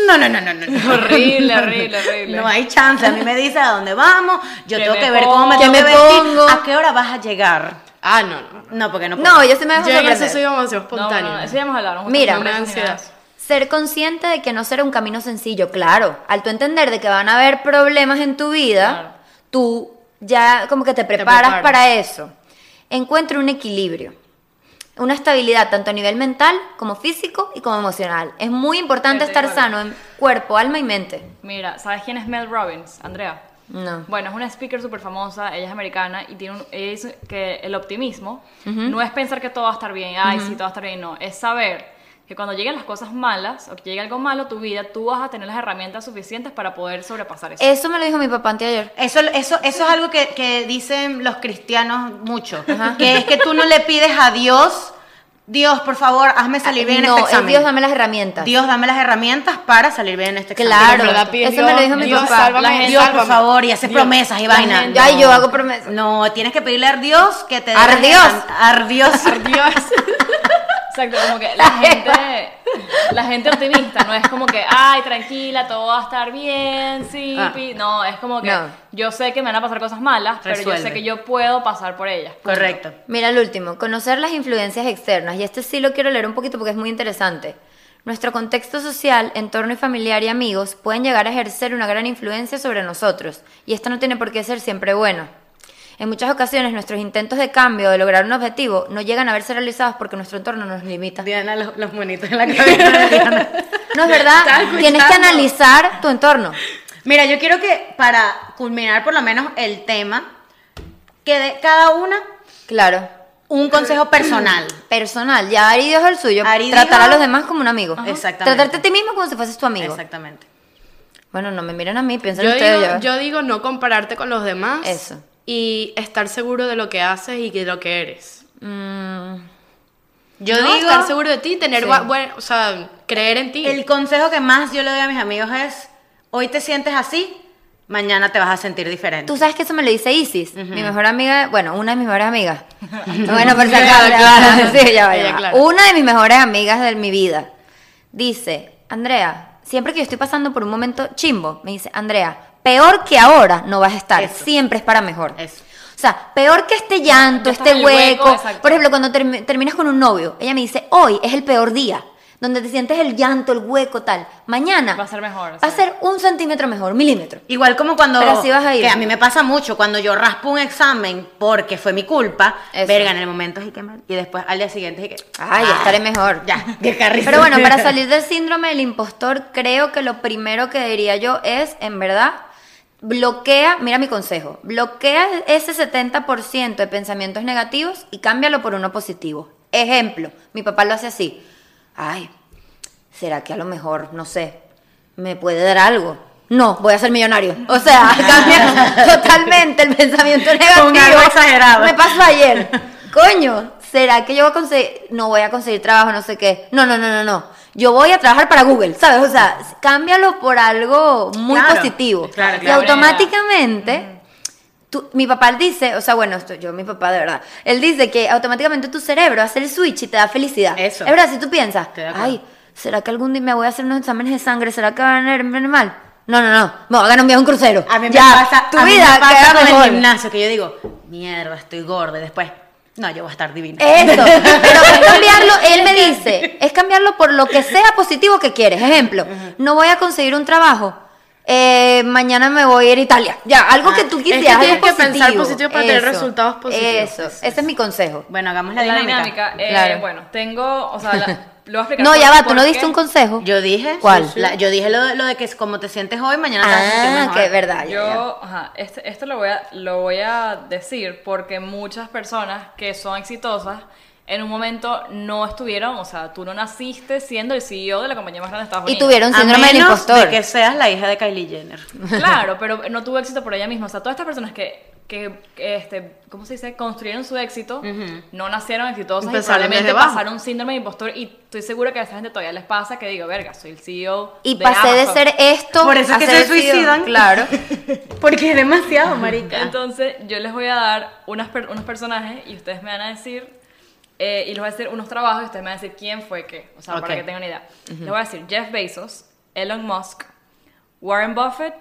Speaker 1: No, no, no, no, no. no.
Speaker 3: Horrible, horrible, horrible.
Speaker 1: No hay chance. A mí me dice a dónde vamos, yo
Speaker 3: ¿Qué
Speaker 1: tengo
Speaker 3: me
Speaker 1: que ver cómo me
Speaker 3: pongo?
Speaker 1: tengo
Speaker 2: ¿Qué
Speaker 1: que
Speaker 2: me
Speaker 1: vestir,
Speaker 2: pongo?
Speaker 1: a qué hora vas a llegar.
Speaker 4: Ah, no, no. no.
Speaker 1: No, porque no puedo.
Speaker 2: No, yo sí me dejo
Speaker 4: Yo en eso
Speaker 2: sorprender.
Speaker 4: soy demasiado
Speaker 3: No,
Speaker 4: espontánea.
Speaker 3: no, no, eso ya hemos hablado.
Speaker 2: Mira.
Speaker 3: no me da
Speaker 4: No me da
Speaker 3: ansiedad.
Speaker 4: ansiedad.
Speaker 2: Ser consciente de que no será un camino sencillo, claro. Al tú entender de que van a haber problemas en tu vida,
Speaker 3: Claro.
Speaker 2: tú ya como que te preparas,
Speaker 4: preparas.
Speaker 2: para eso. Encuentra un equilibrio, una estabilidad tanto a nivel mental como físico y como emocional. Es muy importante
Speaker 3: Estoy de
Speaker 2: estar
Speaker 3: acuerdo.
Speaker 2: sano en cuerpo, alma y mente.
Speaker 3: Mira, ¿sabes quién es Mel Robbins, Andrea?
Speaker 2: No.
Speaker 3: Bueno, es una speaker súper famosa, ella es americana y tiene un- ella dice que el optimismo no es pensar que todo va a estar bien, ay, sí, todo va a estar bien, no, es saber que cuando lleguen las cosas malas o que llegue algo malo a tu vida, tú vas a tener las herramientas suficientes para poder sobrepasar
Speaker 1: Eh,
Speaker 3: eso.
Speaker 2: Eso me lo dijo mi papá anteayer.
Speaker 1: Eso, eso, eso es algo que, que dicen los cristianos mucho. Que es que tú no le pides a Dios, Dios, por favor, hazme salir bien en
Speaker 2: Ah, no,
Speaker 1: este
Speaker 2: es
Speaker 1: examen.
Speaker 2: Dios dame las herramientas.
Speaker 1: Dios, dame las herramientas para salir bien en este examen.
Speaker 2: Claro,
Speaker 4: En verdad, pides
Speaker 2: eso me lo dijo
Speaker 4: Dios,
Speaker 2: mi
Speaker 4: Dios,
Speaker 2: papá.
Speaker 4: sálvame,
Speaker 2: La
Speaker 1: Dios,
Speaker 2: gente-
Speaker 1: por
Speaker 4: sálvame.
Speaker 1: favor, y haces promesas y vaina.
Speaker 2: gente- Ay, yo hago promesas.
Speaker 1: No, tienes que pedirle a Dios que te...
Speaker 2: Ar
Speaker 1: deje-
Speaker 2: Dios.
Speaker 1: Ar Dios.
Speaker 3: Exacto, como que la gente, la gente optimista no es como que, ay, tranquila, todo va a estar bien, sí,
Speaker 1: Ah.
Speaker 3: pi-". no, es como que
Speaker 2: No.
Speaker 3: yo sé que me van a pasar cosas malas, pero yo sé
Speaker 1: Resuelve.
Speaker 3: que yo puedo pasar por ellas. punto.
Speaker 1: Correcto.
Speaker 2: Mira el último, conocer las influencias externas. Y este sí lo quiero leer un poquito porque es muy interesante. Nuestro contexto social, entorno y familiar y amigos pueden llegar a ejercer una gran influencia sobre nosotros. Y esta no tiene por qué ser siempre buena. En muchas ocasiones nuestros intentos de cambio o de lograr un objetivo no llegan a verse realizados porque nuestro entorno nos limita.
Speaker 1: Diana, los, los monitos en la cabeza de Diana.
Speaker 2: No es verdad,
Speaker 4: Estaba
Speaker 2: tienes que
Speaker 4: escuchando.
Speaker 2: analizar tu entorno.
Speaker 1: Mira, yo quiero que para culminar por lo menos el tema, que de cada una
Speaker 2: Claro.
Speaker 1: un consejo personal.
Speaker 2: Personal, ya Ari dijo el suyo.
Speaker 1: Ari
Speaker 2: tratar a
Speaker 1: dijo-
Speaker 2: los demás como un amigo.
Speaker 1: Ajá. Exactamente.
Speaker 2: Tratarte a ti mismo como si fueses tu amigo.
Speaker 1: Exactamente.
Speaker 2: Bueno, no me miren a mí, piensen
Speaker 4: Yo
Speaker 2: ustedes.
Speaker 4: digo,
Speaker 2: ya.
Speaker 4: yo digo no compararte con los demás.
Speaker 2: Eso.
Speaker 4: Y estar seguro de lo que haces y de lo que eres.
Speaker 2: Mm,
Speaker 1: Yo
Speaker 4: ¿No?
Speaker 1: digo,
Speaker 4: Estar seguro de ti, tener,
Speaker 2: Sí.
Speaker 4: gua- buen- o sea, creer en ti.
Speaker 1: el consejo que más yo le doy a mis amigos es, hoy te sientes así, mañana te vas a sentir diferente.
Speaker 2: Tú sabes que eso me lo dice Isis, mi mejor amiga, bueno, una de mis mejores amigas. bueno, por si acaso,
Speaker 4: Ella,
Speaker 2: ya va,
Speaker 4: claro.
Speaker 2: sí, ya va, ya
Speaker 4: Ella,
Speaker 2: va.
Speaker 4: claro.
Speaker 2: Una de mis mejores amigas de mi vida dice, Andrea, siempre que yo estoy pasando por un momento chimbo, me dice, Andrea, peor que ahora no vas a estar,
Speaker 1: Eso.
Speaker 2: siempre es para mejor.
Speaker 1: Eso.
Speaker 2: O sea, peor que este llanto,
Speaker 3: Ya estás
Speaker 2: este
Speaker 3: en el
Speaker 2: hueco.
Speaker 3: hueco, exacto.
Speaker 2: por ejemplo, cuando termi- terminas con un novio, ella me dice, hoy es el peor día, donde te sientes el llanto, el hueco, tal. Mañana
Speaker 3: Va a ser mejor,
Speaker 2: Va a
Speaker 3: sí.
Speaker 2: ser un centímetro mejor, un milímetro.
Speaker 1: Igual como cuando,
Speaker 2: Pero así vas a ir.
Speaker 1: que a mí me pasa mucho, cuando yo raspo un examen porque fue mi culpa,
Speaker 2: Eso.
Speaker 1: verga, en el momento es y que mal, y después al día siguiente es y que...
Speaker 2: Ay,
Speaker 1: ah,
Speaker 2: estaré mejor.
Speaker 1: Ya, qué carrizo.
Speaker 2: Pero bueno, para salir del síndrome del impostor, creo que lo primero que diría yo es, en verdad, bloquea, mira mi consejo, bloquea ese 70% de pensamientos negativos y cámbialo por uno positivo. Ejemplo, mi papá lo hace así. Ay, ¿será que a lo mejor, no sé, me puede dar algo? No, voy a ser millonario. O sea, cambia totalmente el pensamiento negativo.
Speaker 1: algo exagerado.
Speaker 2: Me pasó ayer. Coño, ¿será que yo voy a conseguir, no voy a conseguir trabajo, no sé qué? No, no, no, no, no. Yo voy a trabajar para Google, ¿sabes? O sea, cámbialo por algo muy
Speaker 1: Claro,
Speaker 2: positivo.
Speaker 1: claro,
Speaker 2: y
Speaker 1: claro.
Speaker 2: automáticamente, tú- mi papá dice, o sea, bueno, esto- yo, mi papá de verdad, él dice que automáticamente tu cerebro hace el switch y te da felicidad.
Speaker 1: Eso.
Speaker 2: Es verdad, si tú piensas,
Speaker 1: Estoy de acuerdo.
Speaker 2: ay, ¿será que algún día me voy a hacer unos exámenes de sangre? ¿Será que van a verme mal? No, no, no, me voy a ganar un viaje a un crucero.
Speaker 1: A mí
Speaker 2: Ya,
Speaker 1: me pasa,
Speaker 2: tu
Speaker 1: a mí me
Speaker 2: vida
Speaker 1: pasa
Speaker 2: queda
Speaker 1: con
Speaker 2: mejor.
Speaker 1: el gimnasio que yo digo, mierda, estoy gorda, y después, no, yo voy a estar divina.
Speaker 2: Eso, pero es cambiarlo, él me dice, es cambiarlo por lo que sea positivo que quieres. Ejemplo, no voy a conseguir un trabajo. eh, mañana me voy a ir a Italia. Ya, algo que tú
Speaker 4: es que
Speaker 2: quisieras. algo
Speaker 4: tienes que pensar
Speaker 2: positivo.
Speaker 4: positivo para tener resultados positivos.
Speaker 2: Eso, ese es mi consejo.
Speaker 1: Bueno, hagamos la,
Speaker 3: La
Speaker 1: dinámica.
Speaker 3: dinámica, eh,
Speaker 2: Claro.
Speaker 3: bueno, tengo, o sea, la- lo voy a explicar.
Speaker 2: No, ya
Speaker 3: por-
Speaker 2: va, tú no
Speaker 3: por
Speaker 2: diste
Speaker 3: qué.
Speaker 2: un consejo.
Speaker 1: Yo dije,
Speaker 2: ¿Cuál?
Speaker 1: la- yo dije lo, lo de que es como te sientes hoy, mañana te vas a sentir
Speaker 2: Ah,
Speaker 1: mejor.
Speaker 2: que es verdad. ya, ya.
Speaker 3: Yo, ajá, este- esto lo voy, a, lo voy a decir porque muchas personas que son exitosas en un momento no estuvieron, o sea, tú no naciste siendo el CEO de la compañía más grande de Estados
Speaker 2: Y
Speaker 3: Unidos.
Speaker 2: tuvieron
Speaker 1: A
Speaker 2: síndrome del
Speaker 1: menos
Speaker 2: impostor.
Speaker 1: de que seas la hija de Kylie Jenner.
Speaker 3: Claro, pero no tuvo éxito por ella misma. O sea, todas estas personas que, que, que, este, ¿cómo se dice? Construyeron su éxito, no nacieron exitosas y
Speaker 4: Empezaron desde
Speaker 3: probablemente
Speaker 4: abajo.
Speaker 3: pasaron un síndrome de impostor y estoy segura que a esa gente todavía les pasa que digo, verga, soy el CEO
Speaker 2: Y
Speaker 3: de
Speaker 2: pasé de
Speaker 3: Amazon".
Speaker 2: ser esto
Speaker 1: Por eso
Speaker 2: a
Speaker 1: es que
Speaker 2: ser
Speaker 1: se
Speaker 2: el CEO.
Speaker 1: suicidan.
Speaker 2: Claro.
Speaker 1: Porque es demasiado, marica.
Speaker 3: Entonces, yo les voy a dar unas per- unos personajes y ustedes me van a decir, eh, y les voy a decir unos trabajos y ustedes me van a decir quién fue qué, o sea, para
Speaker 1: Ok.
Speaker 3: que tengan una idea. Les voy a decir Jeff Bezos, Elon Musk, Warren Buffett,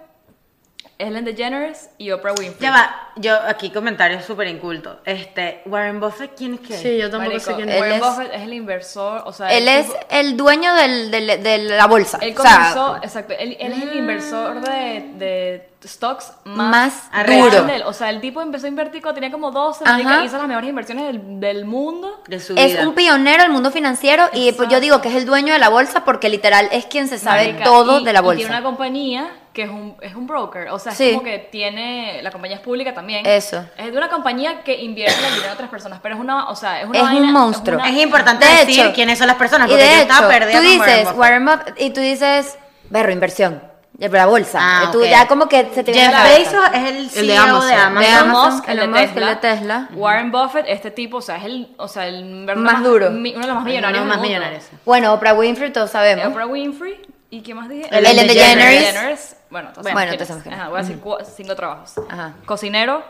Speaker 3: Ellen DeGeneres y Oprah Winfrey.
Speaker 1: ya va, yo aquí comentario súper inculto. Este, Warren Buffett, ¿quién es que?
Speaker 4: Sí, yo tampoco
Speaker 3: Marico,
Speaker 4: sé quién
Speaker 2: eh,
Speaker 4: es.
Speaker 3: Warren
Speaker 2: Él es-
Speaker 3: Buffett es el inversor, o sea,
Speaker 2: Él
Speaker 3: el
Speaker 2: es
Speaker 3: tipo-
Speaker 2: el dueño del- del- de la bolsa.
Speaker 3: Él
Speaker 2: o sea,
Speaker 3: comenzó, exacto, él, él es el inversor de, de stocks más,
Speaker 2: Más
Speaker 3: real
Speaker 2: duro.
Speaker 3: del- O sea, el tipo empezó a invertir cuando tenía como 12,
Speaker 2: Ajá.
Speaker 3: marica, hizo las mejores inversiones del, del mundo.
Speaker 1: De su
Speaker 2: es
Speaker 1: vida.
Speaker 2: un pionero del mundo financiero y pues, yo
Speaker 3: Exacto.
Speaker 2: digo que es el dueño de la bolsa porque literal es quien se sabe
Speaker 3: Marica,
Speaker 2: todo
Speaker 3: y-
Speaker 2: de la
Speaker 3: Y tiene
Speaker 2: bolsa.
Speaker 3: una compañía que es un, es un broker. O sea, es
Speaker 2: Sí.
Speaker 3: como que tiene. La compañía es pública también.
Speaker 2: Eso.
Speaker 3: Es de una compañía que invierte el dinero de otras personas. Pero es una. O sea, es una.
Speaker 2: Es un
Speaker 3: vaina-
Speaker 2: monstruo.
Speaker 3: una-
Speaker 1: Es importante
Speaker 2: De
Speaker 1: decir
Speaker 2: hecho-
Speaker 1: quiénes son las personas,
Speaker 2: Y
Speaker 1: porque
Speaker 2: de
Speaker 1: yo estaba
Speaker 2: hecho,
Speaker 1: perdida
Speaker 2: tú
Speaker 1: con
Speaker 2: dices
Speaker 1: Buffett.
Speaker 2: Warren Buffett y tú dices, berro, inversión, de la bolsa.
Speaker 1: Ah,
Speaker 2: Y tú
Speaker 1: ok.
Speaker 2: ya como que se te viene
Speaker 1: Jeff
Speaker 2: la cabeza.
Speaker 1: Bezos es el CEO de Amazon.
Speaker 4: Amazon.
Speaker 2: De
Speaker 3: Elon
Speaker 2: Amazon,
Speaker 3: Musk, el de
Speaker 2: Elon Musk,
Speaker 3: Tesla,
Speaker 2: el de Tesla.
Speaker 3: Warren Buffett, este tipo, o sea, es el, o sea, el verdad-
Speaker 2: Más duro.
Speaker 3: mi- uno de los más millonarios.
Speaker 1: Uno de los
Speaker 3: del
Speaker 1: más
Speaker 3: mundo. Eh,
Speaker 1: millonarios.
Speaker 2: Bueno, Oprah Winfrey todos sabemos.
Speaker 3: Oprah Winfrey. ¿Y qué más dije?
Speaker 1: Ellen Ellen DeGeneres.
Speaker 2: DeGeneres.
Speaker 3: Bueno, todas
Speaker 2: Bueno,
Speaker 3: son mujeres.
Speaker 2: todas son mujeres.
Speaker 3: Ajá, voy a decir cu- cinco trabajos.
Speaker 2: Ajá.
Speaker 3: Cocinero,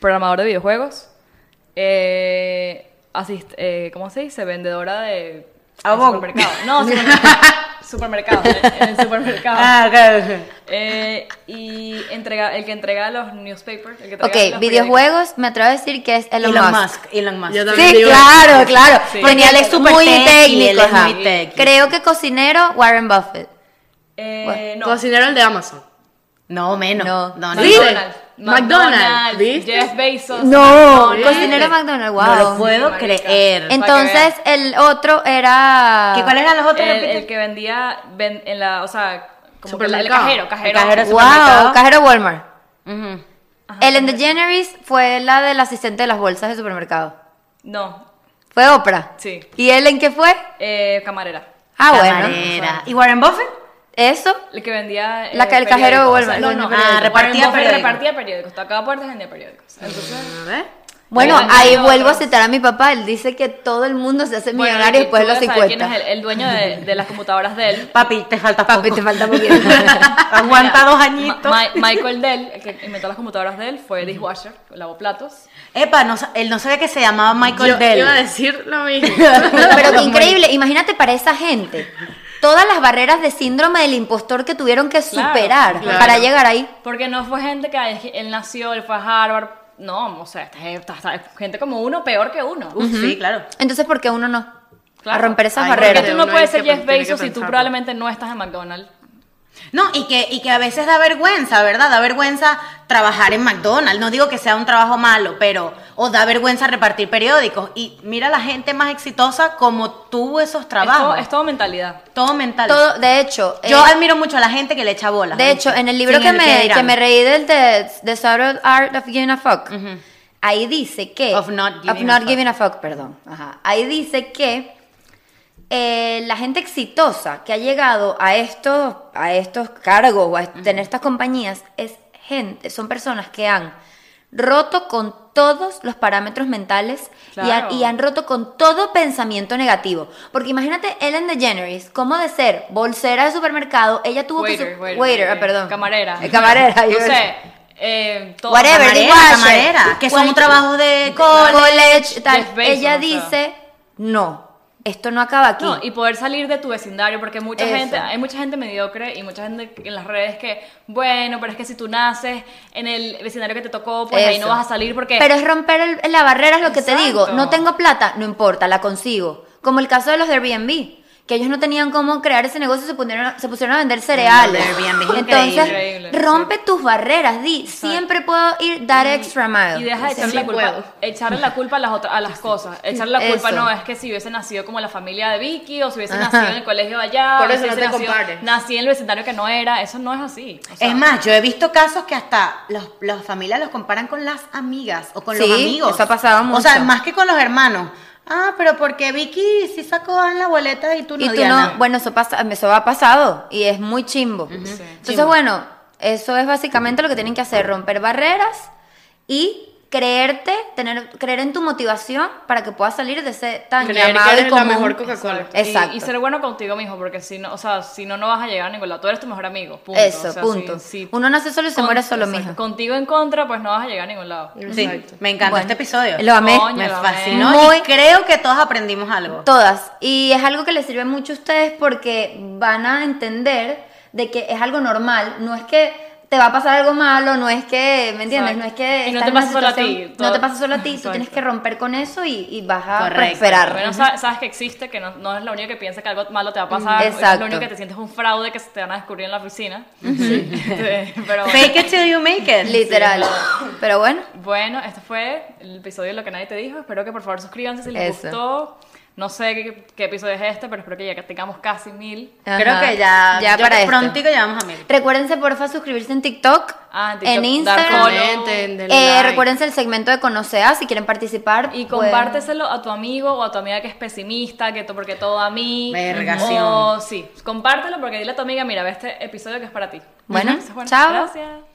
Speaker 3: programador de videojuegos, eh, asist- eh, ¿cómo se dice? Vendedora de...
Speaker 1: Abogo.
Speaker 3: en supermercado. No, supermercado. supermercado. En el supermercado.
Speaker 1: Ah, ok, ok.
Speaker 3: Eh, y entrega, el que entrega los newspapers. El que entrega
Speaker 2: ok,
Speaker 3: los
Speaker 2: videojuegos, me atrevo a decir que es Elon,
Speaker 1: Elon
Speaker 2: Musk.
Speaker 1: Musk. Elon Musk.
Speaker 4: Yo también
Speaker 2: Sí,
Speaker 4: digo-
Speaker 2: claro, claro.
Speaker 3: Sí.
Speaker 2: Porque él es
Speaker 1: Súper
Speaker 2: muy
Speaker 1: tech y él
Speaker 2: técnico.
Speaker 1: es
Speaker 2: ajá.
Speaker 1: muy tech.
Speaker 2: Creo que cocinero, Warren Buffett.
Speaker 3: periódicos. Eh,
Speaker 2: Bueno,
Speaker 3: no.
Speaker 4: Cocinero el de Amazon.
Speaker 1: No, menos.
Speaker 2: No.
Speaker 1: No, no,
Speaker 4: Sí.
Speaker 3: McDonald's.
Speaker 4: McDonald's, ¿viste?
Speaker 3: Jeff Bezos.
Speaker 2: No,
Speaker 3: McDonald's.
Speaker 2: cocinero McDonald's, wow.
Speaker 1: No lo puedo
Speaker 3: Sí, marica.
Speaker 1: creer.
Speaker 3: En-
Speaker 2: Entonces, el otro era. Ah. Eh,
Speaker 1: ¿Qué, ¿Cuáles eran los otros?
Speaker 3: El,
Speaker 1: repite?
Speaker 3: el que vendía ven- en la, o sea, Como que el- el cajero, cajero.
Speaker 1: El cajero.
Speaker 2: Wow,
Speaker 1: supermercado.
Speaker 2: cajero Walmart.
Speaker 1: Ujú.
Speaker 2: Ellen DeGeneres fue la del asistente de las bolsas de supermercado.
Speaker 3: No,
Speaker 2: Fue Oprah.
Speaker 3: Sí.
Speaker 2: ¿Y Ellen qué fue?
Speaker 3: eh, camarera.
Speaker 2: Ah, bueno.
Speaker 1: Camarera. ¿Y Warren Buffett?
Speaker 2: Eso.
Speaker 3: El que vendía. eh,
Speaker 2: La que- el cajero de Walmart,
Speaker 3: no, no,
Speaker 2: vendía
Speaker 1: periódicos. Ah, repartía
Speaker 3: Warren Buffett
Speaker 1: periódicos.
Speaker 3: repartía periódicos. Tocaba puertas y vendía periódicos. Entonces.
Speaker 4: A ver.
Speaker 2: Bueno,
Speaker 3: Oigan,
Speaker 2: ahí
Speaker 3: no,
Speaker 2: vuelvo a
Speaker 3: pero-
Speaker 2: citar a mi papá. Él dice que todo el mundo se hace
Speaker 3: bueno,
Speaker 2: millonario
Speaker 3: y
Speaker 2: después de
Speaker 3: tú
Speaker 2: los
Speaker 3: debes saber ¿Quién
Speaker 2: 50.
Speaker 3: es el, el dueño de, de las computadoras de él?
Speaker 1: Papi, te falta poco.
Speaker 2: Papi, te falta poquito.
Speaker 1: Aguanta
Speaker 3: Mira,
Speaker 1: dos añitos.
Speaker 3: Ma- Ma- Michael Dell, el que inventó las computadoras de él, fue dishwasher, lavoplatos.
Speaker 1: Epa, no, sa- él no sabía que se llamaba Michael
Speaker 4: Yo
Speaker 1: Dell.
Speaker 4: iba a decir lo mismo.
Speaker 2: Pero qué increíble. Imagínate para esa gente. Todas las barreras de síndrome del impostor que tuvieron que
Speaker 3: Claro,
Speaker 2: superar
Speaker 4: claro.
Speaker 2: para llegar ahí.
Speaker 3: Porque no fue gente que ay, él nació, él fue a Harvard. No, o sea, esta gente- esta- esta gente como uno, peor que uno.
Speaker 1: Uf, Sí, claro.
Speaker 2: Entonces, ¿por qué uno no?
Speaker 3: Claro.
Speaker 2: A romper esas
Speaker 4: Ay,
Speaker 3: Porque
Speaker 2: barreras.
Speaker 3: tú
Speaker 4: Pero
Speaker 3: no
Speaker 4: uno
Speaker 3: puedes
Speaker 4: hay
Speaker 3: ser
Speaker 4: que-
Speaker 3: Jeff
Speaker 4: tiene que
Speaker 3: Bezos si tú
Speaker 4: pensarlo.
Speaker 3: probablemente no estás en McDonald's.
Speaker 1: No, y que, y que a veces da vergüenza, ¿verdad? Da vergüenza trabajar en McDonald's. No digo que sea un trabajo malo, pero. O da vergüenza repartir periódicos. Y mira la gente más exitosa como tuvo esos
Speaker 3: Es todo,
Speaker 1: trabajos.
Speaker 3: es todo mentalidad.
Speaker 1: todo mental.
Speaker 2: Todo, de hecho, eh,
Speaker 1: Yo admiro mucho a la gente que le echa bolas.
Speaker 2: de hecho, en el libro
Speaker 1: Sin
Speaker 2: que me,
Speaker 1: dirán.
Speaker 2: que me reí del de The Subtle Art of Giving a Fuck, ahí dice que...
Speaker 1: Of not
Speaker 2: of
Speaker 1: giving
Speaker 2: not
Speaker 1: a fuck.
Speaker 2: giving a fuck, perdón. Ajá. Ahí dice que eh, la gente exitosa que ha llegado a estos, a estos cargos o a est- tener estas compañías es gente, son personas que han roto con todos los parámetros mentales y han-
Speaker 3: Claro.
Speaker 2: y, han roto con todo pensamiento negativo. Porque imagínate Ellen DeGeneres, como de ser bolsera de supermercado, ella tuvo que...
Speaker 3: Waiter,
Speaker 2: su-
Speaker 3: waiter,
Speaker 2: waiter, ah,
Speaker 3: eh,
Speaker 2: perdón.
Speaker 3: Camarera.
Speaker 2: Eh, camarera.
Speaker 3: No
Speaker 2: yo-
Speaker 3: sé. eh, todo.
Speaker 2: Whatever,
Speaker 1: Camarera,
Speaker 2: dishwasher.
Speaker 1: camarera, que son
Speaker 2: Cual-
Speaker 1: trabajos de
Speaker 2: college,
Speaker 1: cole.
Speaker 2: tal.
Speaker 3: Jeff Bezos,
Speaker 2: ella
Speaker 3: o sea.
Speaker 2: dice, no, esto no acaba aquí.
Speaker 3: No, y poder salir de tu vecindario, porque mucha
Speaker 2: Eso.
Speaker 3: gente, hay mucha gente mediocre y mucha gente en las redes que, bueno, pero es que si tú naces en el vecindario que te tocó, pues ahí
Speaker 2: Eso.
Speaker 3: no vas a salir porque...
Speaker 2: Pero es romper el- la barrera, es lo que te
Speaker 3: Exacto.
Speaker 2: digo. No tengo plata, no importa, la consigo. Como el caso de los de Airbnb, que ellos no tenían cómo crear ese negocio y se pusieron, a- se pusieron a vender cereales.
Speaker 1: Los de Airbnb,
Speaker 2: Entonces,
Speaker 3: increíble.
Speaker 2: rompe tus barreras, di, siempre puedo ir dar extra mile.
Speaker 3: y deja de echarle la,
Speaker 4: Sí
Speaker 3: culpa,
Speaker 4: puedo.
Speaker 3: echarle la culpa a las, otras, a las cosas. Echarle la culpa
Speaker 2: Eso.
Speaker 3: no es que si hubiese nacido como la familia de Vicky o si hubiese
Speaker 2: Ajá.
Speaker 3: nacido en el colegio de allá. o
Speaker 4: Por eso
Speaker 3: si
Speaker 4: no
Speaker 3: hubiese
Speaker 4: te
Speaker 3: nacido-
Speaker 4: compares.
Speaker 3: Nací en el vecindario que no era. Eso no es así. O sea,
Speaker 1: es más, yo he visto casos que hasta los, las familias los comparan con las amigas o con
Speaker 2: Sí,
Speaker 1: los amigos.
Speaker 2: eso ha pasado
Speaker 1: O sea,
Speaker 2: mucho.
Speaker 1: más que con los hermanos. Ah, pero porque Vicky sí sacó en la boleta y tú no,
Speaker 2: Y tú
Speaker 1: Diana.
Speaker 2: no, bueno, eso, pasa, eso ha pasado y es muy chimbo. Entonces,
Speaker 1: Chimbo.
Speaker 2: bueno, eso es básicamente lo que tienen que hacer, romper barreras y creerte, tener, creer en tu motivación para que puedas salir de ese tan
Speaker 4: Creer que
Speaker 2: llamado y
Speaker 4: eres la
Speaker 2: común-
Speaker 4: mejor Coca-Cola.
Speaker 3: Y-
Speaker 2: Exacto.
Speaker 3: Y, ser bueno contigo mismo, porque si no, o sea, si no, no vas a llegar a ningún lado. Tú eres tu mejor amigo. Punto.
Speaker 2: Eso,
Speaker 3: O sea,
Speaker 2: punto.
Speaker 3: si- si
Speaker 2: Uno nace solo y se
Speaker 3: con-
Speaker 2: muere solo,
Speaker 3: exacto,
Speaker 2: mija.
Speaker 3: Contigo en contra, pues no vas a llegar a ningún lado.
Speaker 1: Sí,
Speaker 4: Exacto.
Speaker 1: me encantó
Speaker 2: Bueno,
Speaker 1: este episodio.
Speaker 2: Lo amé.
Speaker 3: Coño,
Speaker 1: me
Speaker 3: lo amé.
Speaker 1: fascinó
Speaker 2: Muy-
Speaker 1: y creo que todos aprendimos algo.
Speaker 2: Todas. Y es algo que les sirve mucho a ustedes porque van a entender de que es algo normal. No es que te va a pasar algo malo, no es que, ¿me entiendes?
Speaker 3: Exacto.
Speaker 2: No es que...
Speaker 3: Y no
Speaker 2: estás
Speaker 3: te
Speaker 2: en una
Speaker 3: pasa solo a
Speaker 2: situación-
Speaker 3: ti,
Speaker 2: No
Speaker 3: todo-
Speaker 2: te pasa solo a ti, tú
Speaker 3: Exacto.
Speaker 2: tienes que romper con eso y, y vas a
Speaker 1: Correcto.
Speaker 3: Al
Speaker 2: prosperar.
Speaker 3: menos sa- sabes que existe, que no, no es la única que piensa que algo malo te va a pasar.
Speaker 2: Exacto.
Speaker 3: o Es lo único que te sientes un fraude que se te van a descubrir en la oficina. Este, pero
Speaker 1: Fake it till you make it.
Speaker 2: Literal. Pero bueno,
Speaker 3: bueno, este fue el episodio de Lo que nadie te dijo. Espero que por favor suscríbanse si les
Speaker 2: Eso.
Speaker 3: gustó. No sé qué, qué episodio es este, pero espero que ya tengamos casi mil.
Speaker 1: Creo
Speaker 2: ajá.
Speaker 1: que ya,
Speaker 2: ya
Speaker 1: yo
Speaker 2: para
Speaker 1: que
Speaker 2: esto.
Speaker 1: prontico llegamos a mil.
Speaker 2: Recuérdense, porfa, suscribirse en TikTok,
Speaker 3: Ah, en
Speaker 2: en,
Speaker 3: TikTok, dar
Speaker 2: Instagram.
Speaker 3: follow.
Speaker 4: Comenten, denle
Speaker 2: Eh,
Speaker 4: like.
Speaker 2: Recuérdense el segmento de Conocea si quieren participar.
Speaker 3: Y
Speaker 2: pueden-
Speaker 3: compárteselo a tu amigo o a tu amiga que es pesimista, que to- porque todo a mí.
Speaker 1: Vergación.
Speaker 3: O sí, compártelo porque dile a tu amiga, mira, ve este episodio que es para ti.
Speaker 2: Bueno,
Speaker 3: Entonces,
Speaker 2: chao.
Speaker 3: Gracias.